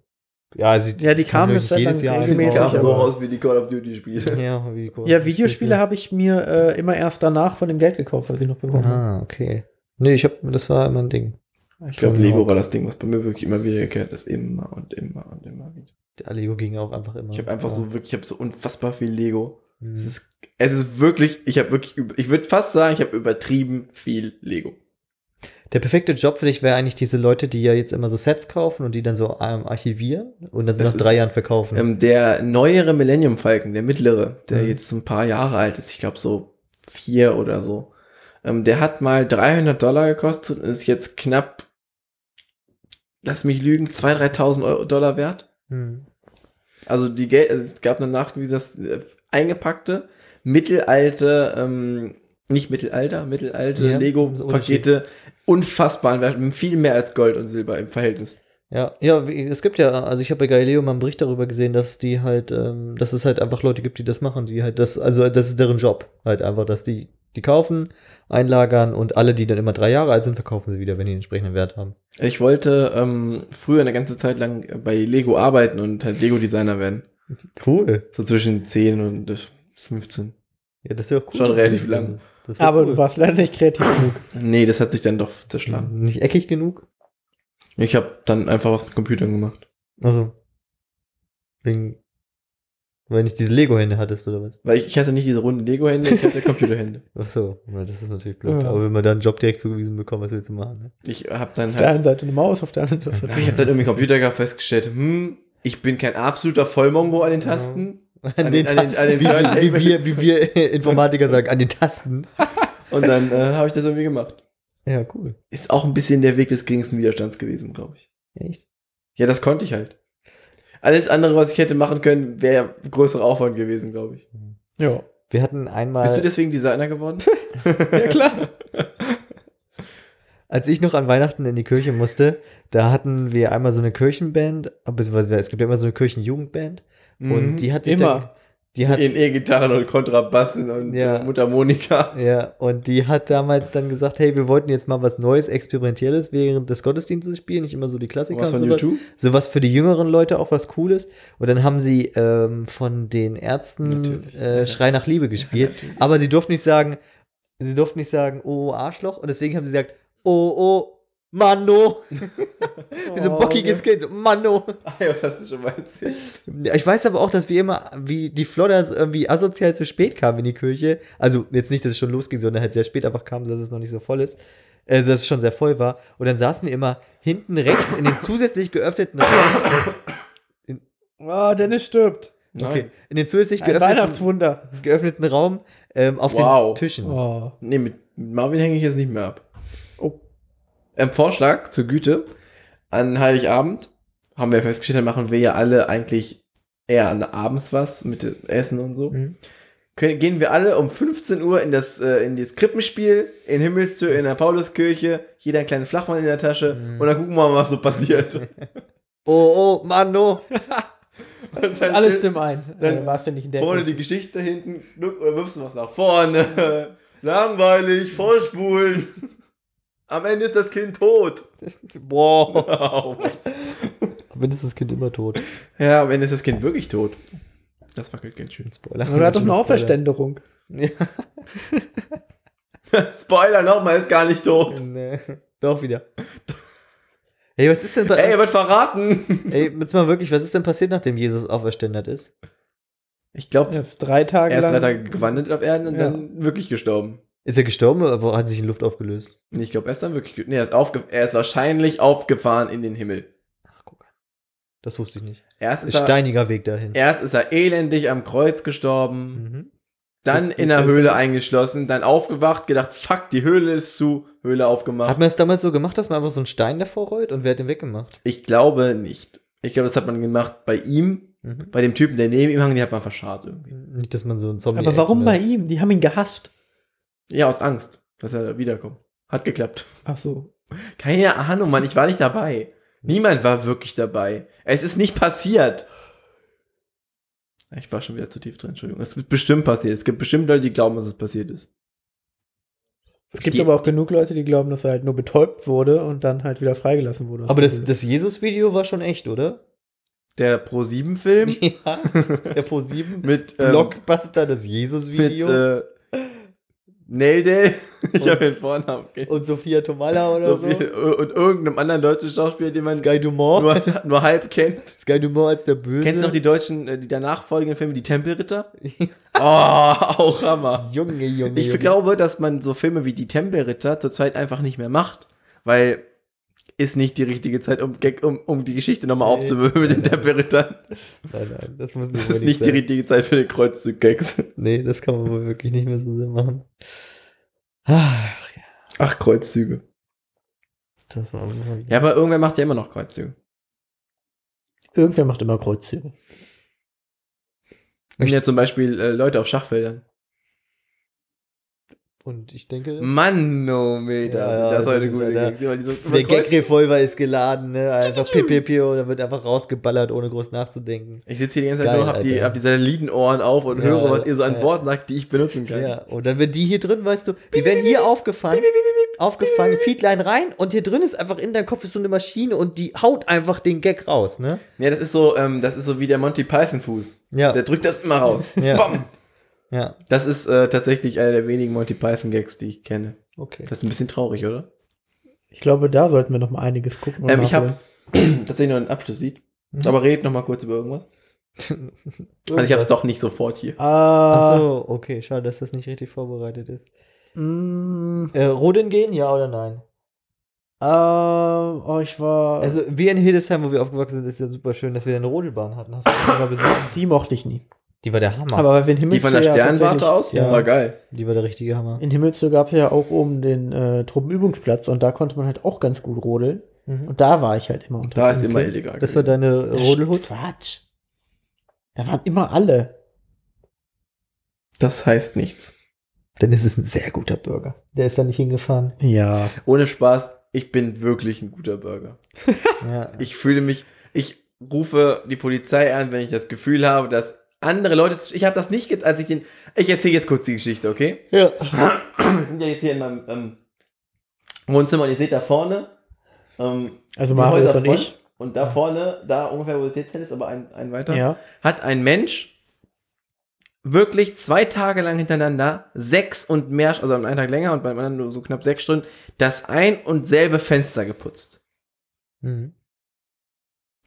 Ja, also Ja, die kamen wirklich jetzt halt jedes dann Jahr. Die regelmäßig, einmal kamen raus. so aber- raus wie die Call of Duty-Spiele. Ja, wie cool. Ja, Videospiele habe ich mir äh, immer erst danach von dem Geld gekauft, was ich noch bekommen habe. Ah, okay. Nee, ich habe, das war immer ein Ding. Ah, Ich glaube, Lego war das Ding, was bei mir wirklich immer wieder gekehrt ist. Immer und immer und immer wieder. Der Lego ging auch einfach immer. Ich habe einfach Ja. so wirklich, ich habe so unfassbar viel Lego. Hm. Es ist, es ist wirklich, ich habe wirklich, üb- ich würde fast sagen, ich habe übertrieben viel Lego. Der perfekte Job für dich wäre eigentlich diese Leute, die ja jetzt immer so Sets kaufen und die dann so ähm, archivieren und dann so Das nach drei ist- Jahren verkaufen. Ähm, der neuere Millennium Falcon, der mittlere, der Mhm. jetzt ein paar Jahre alt ist, ich glaube so vier oder so, ähm, der hat mal 300 Dollar gekostet und ist jetzt knapp, lass mich lügen, 2.000, 3.000 Euro- Dollar wert. Hm. Also die Geld, also es gab eine nachgewiesen, dass äh, eingepackte, mittelalte, ähm, nicht mittelalter, mittelalte Ja, Lego-Pakete unfassbaren Wert, viel mehr als Gold und Silber im Verhältnis. Ja, ja, wie- es gibt ja, also ich habe bei Galileo mal einen Bericht darüber gesehen, dass die halt, ähm, dass es halt einfach Leute gibt, die das machen, die halt das, also das ist deren Job, halt einfach, dass die Die kaufen, einlagern und alle, die dann immer drei Jahre alt sind, verkaufen sie wieder, wenn die den entsprechenden Wert haben. Ich wollte ähm, früher eine ganze Zeit lang bei Lego arbeiten und halt Lego-Designer werden. Cool. So zwischen 10 und äh, 15. Ja, das wäre auch cool. Schon relativ lang. Das wär Aber cool. du warst leider nicht kreativ genug. Nee, das hat sich dann doch zerschlagen. nicht eckig genug. Ich habe dann einfach was mit Computern gemacht. Also. Wegen. Weil nicht diese Lego-Hände hattest oder was? Weil ich, ich hatte nicht diese runden Lego-Hände, ich hatte Computerhände. Ach so, ja, das ist natürlich blöd. Ja. Aber wenn man da einen Job direkt zugewiesen bekommt, was willst du machen? Ne? Ich habe dann Auf der halt, einen Seite eine Maus, auf der anderen Seite. ich habe dann irgendwie Computer gehabt festgestellt, hm, ich bin kein absoluter Vollmongo an den Ja. Tasten. An den, an den, an wie, wie, wie, den wir, Turntables. wie wir Informatiker sagen, an den Tasten. Und dann äh, habe ich das irgendwie gemacht. Ja, cool. Ist auch ein bisschen der Weg des geringsten Widerstands gewesen, glaube ich. Echt? Ja, das konnte ich halt. Alles andere, was ich hätte machen können, wäre größerer Aufwand gewesen, glaube ich. Ja. Wir hatten einmal. Bist du deswegen Designer geworden? ja, klar. Als ich noch an Weihnachten in die Kirche musste, da hatten wir einmal so eine Kirchenband, äh, beziehungsweise es gibt ja immer so eine Kirchenjugendband und die hat sich dann, immer. die hat Mhm. in E-Gitarren und Kontrabassen und Ja. äh, Mundharmonikas. ja und die hat damals dann gesagt, hey, wir wollten jetzt mal was Neues, experimentelles während des Gottesdienstes spielen, nicht immer so die Klassiker Oh, Was und von sowas. YouTube? sowas für die jüngeren Leute auch was Cooles. Und dann haben sie ähm, von den Ärzten Natürlich. äh, Schrei nach Liebe gespielt. aber sie durften nicht sagen, sie durften nicht sagen, oh, Arschloch. Und deswegen haben sie gesagt, oh, oh, Mano. Wie so ein Oh, bockiges Kind, so, Mano. Ah, ja, das hast du schon mal erzählt. Ja, Ich weiß aber auch, dass wir immer, wie die Flodders irgendwie asozial zu spät kamen in die Kirche. Also jetzt nicht, dass es schon losging, sondern halt sehr spät einfach kam, dass es noch nicht so voll ist. Also dass es schon sehr voll war. Und dann saßen wir immer hinten rechts in den zusätzlich geöffneten Raum. Oh, Dennis stirbt. Okay. In den zusätzlich Ein geöffneten, Weihnachtswunder. geöffneten Raum ähm, auf Wow. den Tischen. Oh. Nee, mit mit Marvin hänge ich jetzt nicht mehr ab. Oh. Im Vorschlag zur Güte an Heiligabend haben wir festgestellt, dann machen wir ja alle eigentlich eher an abends was mit Essen und so. Mhm. Können, gehen wir alle um 15 Uhr in das, äh, in das Krippenspiel, in Himmelstür, in der Pauluskirche, jeder einen kleinen Flachmann in der Tasche Mhm. und dann gucken wir mal, was so passiert. Oh, oh, Mano. Und dann Alle schön- stimmen ein. dann Äh, warst du nicht in der Vorne die Geschichte hinten, guck, oder wirfst du was nach vorne. Mhm. Langweilig, vorspulen. Am Ende ist das Kind tot. Boah. ja, Mindestens Kind immer tot. am Ende ist das Kind wirklich tot. Das wackelt ganz schön. Spoiler. Oder hat doch eine Spoiler. Auferständerung. Ja. Spoiler nochmal, ist gar nicht tot. Nee. Doch wieder. Ey, was ist denn bei Ey, er wird verraten. Ey, jetzt mal wirklich, was ist denn passiert, nachdem Jesus auferständert ist? Ich glaube, Ja, drei Tage er ist lang. drei Tage gewandelt auf Erden und Ja. dann wirklich gestorben. Ist er gestorben oder hat sich in Luft aufgelöst? Nee, ich glaube, er ist dann wirklich. ge- Nee, er ist, aufge er ist wahrscheinlich aufgefahren in den Himmel. Ach, guck an. Das wusste ich nicht. Erst ist, Ist er, steiniger Weg dahin. erst ist er elendig am Kreuz gestorben. Hm. Mhm. Dann Das- in das- der Höhle eingeschlossen, dann aufgewacht, gedacht, fuck, die Höhle ist zu, Höhle Hat aufgemacht. man es damals so gemacht, dass man einfach so einen Stein davor rollt und wer hat den weggemacht? Ich glaube nicht. Ich glaube, das hat man gemacht bei ihm, Mhm. bei dem Typen, der neben ihm hang, den hat man verscharrt irgendwie. Nicht, dass man so einen Zombie. Aber warum bei ihm? Die haben ihn gehasst. Ja, aus Angst, dass er wiederkommt. Hat geklappt. Ach so. Keine Ahnung, Mann, ich war nicht dabei. Niemand war wirklich dabei. Es ist nicht passiert. Ich war schon wieder zu tief drin, Entschuldigung. Es ist bestimmt passiert. Es gibt bestimmt Leute, die glauben, dass es passiert ist. Es gibt Die- aber auch genug Leute, die glauben, dass er halt nur betäubt wurde und dann halt wieder freigelassen wurde. Aber das, das Jesus-Video war schon echt, oder? Der Pro-7-Film Ja. Der Pro 7 mit ähm, Blockbuster, das mit Jesus-Video äh, Nelday, ich Und- habe den Vornamen okay. und Sophia Tomala oder so so. viel, und irgendeinem anderen deutschen Schauspieler, den man Sky Dumont. nur, nur halb kennt. Sky Dumont als der Böse. Kennst du noch die deutschen, äh, die danach folgenden Filme, die Tempelritter? die? Oh, auch Hammer. Junge, Junge. Ich Junge. glaube, dass man so Filme wie die Tempelritter zurzeit einfach nicht mehr macht, weil ist nicht die richtige Zeit, um, Gag- um, um die Geschichte nochmal Nee. aufzuwürfeln mit den Tempelrittern. Nein, nein, das muss Das ist unbedingt nicht die sein. richtige Zeit für den Kreuzzug-Gags. Nee, das kann man wohl wirklich nicht mehr so sehr machen. Ach, ja, Ach, Kreuzzüge. das war unheimlich. Ja, aber irgendwer macht ja immer noch Kreuzzüge. Irgendwer macht immer Kreuzzüge. Und ja zum Beispiel äh, Leute auf Schachfeldern. Und ich denke, Manometer. Ja, das ja, ist heute das gut. ist ja Der, der Gag-Revolver ist geladen, ne? Einfach pipipio, da wird einfach rausgeballert, ohne groß nachzudenken. ich sitze hier die ganze Zeit Geil, nur, hab die, Alter. hab die Satellitenohren auf und Ja, höre, was ihr so an ja. Worten sagt, die ich benutzen kann. Ja, und dann wird die hier drin, weißt du, die werden hier aufgefangen, aufgefangen, Feedline rein und hier drin ist einfach in deinem Kopf ist so eine Maschine und die haut einfach den Gag raus, ne? Ja, das ist so, ähm, das ist so wie der Monty Python Fuß. Ja. Der drückt das immer raus. Ja. Bam! Ja, Das ist äh, tatsächlich einer der wenigen Monty Python Gags, die ich kenne. okay. Das ist ein bisschen traurig, oder? Ich glaube, da sollten wir noch mal einiges gucken. und Ähm, ich habe nachholen. tatsächlich noch einen Abschlusslied. Mhm. Aber redet noch mal kurz über irgendwas. Also ich habe es doch nicht sofort hier. Ach Ah, so, okay, schade, dass das nicht richtig vorbereitet ist. mh, Äh, Roden gehen, ja oder nein? ähm, oh, ich war. Also, wir in Hildesheim, wo wir aufgewachsen sind, ist ja super schön, dass wir eine Rodelbahn hatten. Hast du die mal besucht? die mochte ich nie. Die war der Hammer. Aber weil wir in Himmelsfeld Die von der ja Sternwarte tatsächlich- aus? Ja, War geil. Die war der richtige Hammer. In Himmelsfeld gab es ja auch oben den äh, Truppenübungsplatz und da konnte man halt auch ganz gut rodeln. Und da war ich halt immer unter. Da ist Okay. immer illegal. Mhm. Das war gewesen. deine Rodelhut? Quatsch. Da waren immer alle. das heißt nichts. Dann ist es ein sehr guter Burger. Der ist da nicht hingefahren. Ja. Ohne Spaß, ich bin wirklich ein guter Burger. Ja. Ich fühle mich, ich rufe die Polizei an, wenn ich das Gefühl habe, dass andere Leute, ich habe das nicht, get- als ich den, ich erzähle jetzt kurz die Geschichte, okay? Ja. Wir sind ja jetzt hier in meinem ähm, Wohnzimmer und ihr seht da vorne, ähm, Also die Marius Häuser und voll. ich. Und da vorne, da ungefähr, wo es jetzt hin ist, aber ein, ein weiter, Ja. hat ein Mensch wirklich zwei Tage lang hintereinander sechs und mehr, also am einen Tag länger und beim anderen nur so knapp sechs Stunden, das ein und selbe Fenster geputzt. Mhm.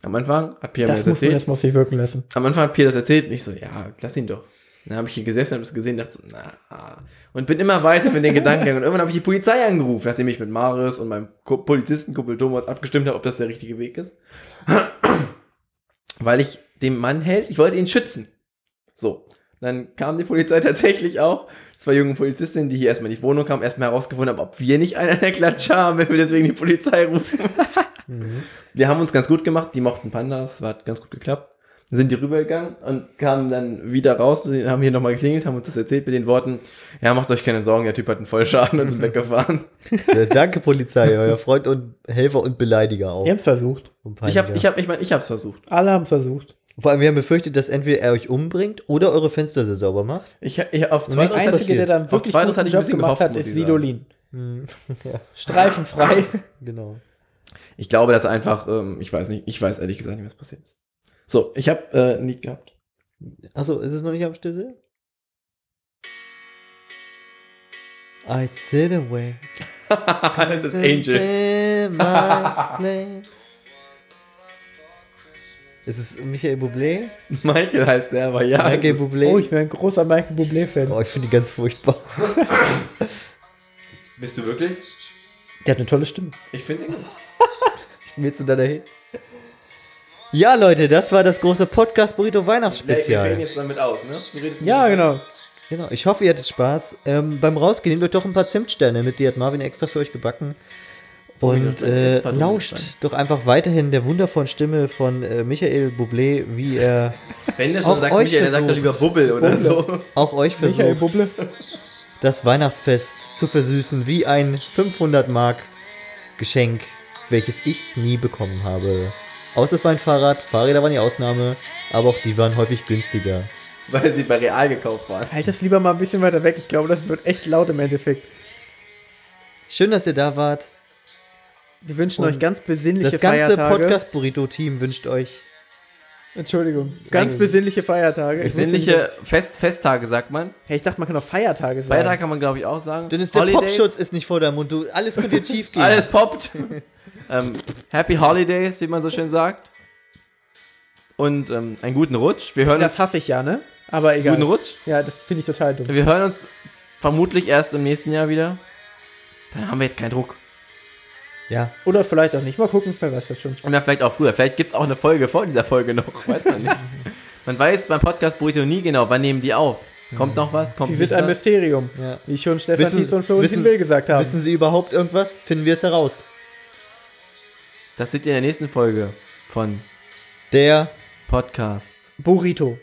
Am Anfang hat Pia mir Das muss das man erzählt. jetzt mal auf sich wirken lassen. Am Anfang hat Pia das erzählt und ich so, ja, lass ihn doch. Dann habe ich hier gesessen, habe das gesehen, dachte so, na. Und bin immer weiter mit den Gedanken gegangen. Und irgendwann habe ich die Polizei angerufen, nachdem ich mit Marius und meinem Ko Polizistenkumpel Thomas abgestimmt habe, ob das der richtige Weg ist. Weil ich dem Mann helfe, ich wollte ihn schützen. So. Dann kam die Polizei tatsächlich auch. Zwei junge Polizistinnen, die hier erstmal in die Wohnung kamen, erstmal herausgefunden haben, ob wir nicht einen an der Klatsche haben, wenn wir deswegen die Polizei rufen. Mhm. Wir haben uns ganz gut gemacht, die mochten Pandas, war, hat ganz gut geklappt. Dann Sind die rübergegangen und kamen dann wieder raus, die haben hier nochmal geklingelt, haben uns das erzählt mit den Worten, ja, macht euch keine Sorgen, der Typ hat einen Vollschaden und sind weggefahren. Äh, Danke, Polizei, euer Freund und Helfer und Beleidiger auch. Die haben es versucht. Und Ich Peiniger. hab, ich hab, ich mein, ich hab's versucht. Alle haben es versucht. Vor allem, wir haben befürchtet, dass entweder er euch umbringt oder eure Fenster sehr sauber macht. Ich, ich, auf Und zwei nichts Drittel- passiert. der da einen Auf wirklich zweites guten hatte ich ein Job bisschen gemacht gehofft, hat, muss ist ich sagen. Sidolin. Hm. ja, Streifenfrei. genau. Ich glaube, dass einfach, ähm, ich weiß nicht, ich weiß ehrlich gesagt nicht, was passiert ist. So, ich habe äh, ein Lied gehabt. Achso, ist es noch nicht am Schlüssel? I sit away. das ist Angels. in my place. Ist es Michael Bublé? Michael heißt der, aber ja. Michael Also es ist- Bublé. Oh, ich bin ein großer Michael Bublé-Fan. oh, ich finde die ganz furchtbar. Bist du wirklich? Der hat eine tolle Stimme. Ich finde ihn nicht. Willst du da dahin? Ja, Leute, das war das große Podcast Burrito Wir Weihnachtsspezial. fällen jetzt damit aus, ne? Du redest Ja, genau. Genau, ich hoffe, ihr hattet Spaß. Ähm, beim Rausgehen nehmt euch doch ein paar Zimtsterne mit, die hat Marvin extra für euch gebacken. Und Oh, doch, dann äh, esst mal lauscht Nudelstein. doch einfach weiterhin der wundervollen Stimme von äh, Michael Bublé, wie er Wenn der schon Auch sagt euch Michael, dann sagt er versucht. lieber Bubbel oder so. auch euch Michael versucht, Bublé. das Weihnachtsfest zu versüßen, wie ein 500-Mark-Geschenk, welches ich nie bekommen habe. Außer es war ein Fahrrad, Fahrräder waren die Ausnahme, aber auch die waren häufig günstiger. Weil sie bei Real gekauft waren. Halt das lieber mal ein bisschen weiter weg. Ich glaube, das wird echt laut im Endeffekt. Schön, dass ihr da wart. Wir wünschen Und euch ganz besinnliche Das ganze Feiertage. Podcast-Burrito-Team wünscht euch Entschuldigung. Ganz besinnliche Feiertage. Ich muss wieder- Sinnliche äh, Fest Festtage, sagt man. Hey, ich dachte, man kann auch Feiertage sagen. Freitag kann man, glaube ich, auch sagen. Dennis, der Holidays. Popschutz ist nicht vor deinem Mund. Du, alles könnte jetzt schief gehen. Alles poppt. ähm, Happy Holidays, wie man so schön sagt. Und ähm, einen guten Rutsch. Wir hören Das uns. hasse ich ja, ne? Aber egal. Guten Rutsch. Ja, das finde ich total dumm. Wir hören uns vermutlich erst im nächsten Jahr wieder. Dann haben wir jetzt keinen Druck. Ja, Oder vielleicht auch nicht. Mal gucken, wer weiß das schon. Und dann vielleicht auch früher. Vielleicht gibt es auch eine Folge vor dieser Folge noch. Weiß man nicht. man weiß beim Podcast Burrito nie genau, wann nehmen die auf. Kommt noch was? Kommt Die nicht sind ein was? Mysterium. Ja. Wie schon Stefan Wissen- Tietz und Florentin wissen- Will gesagt haben. wissen Sie überhaupt irgendwas? Finden wir es heraus. Das seht ihr in der nächsten Folge von Der Podcast. Burrito.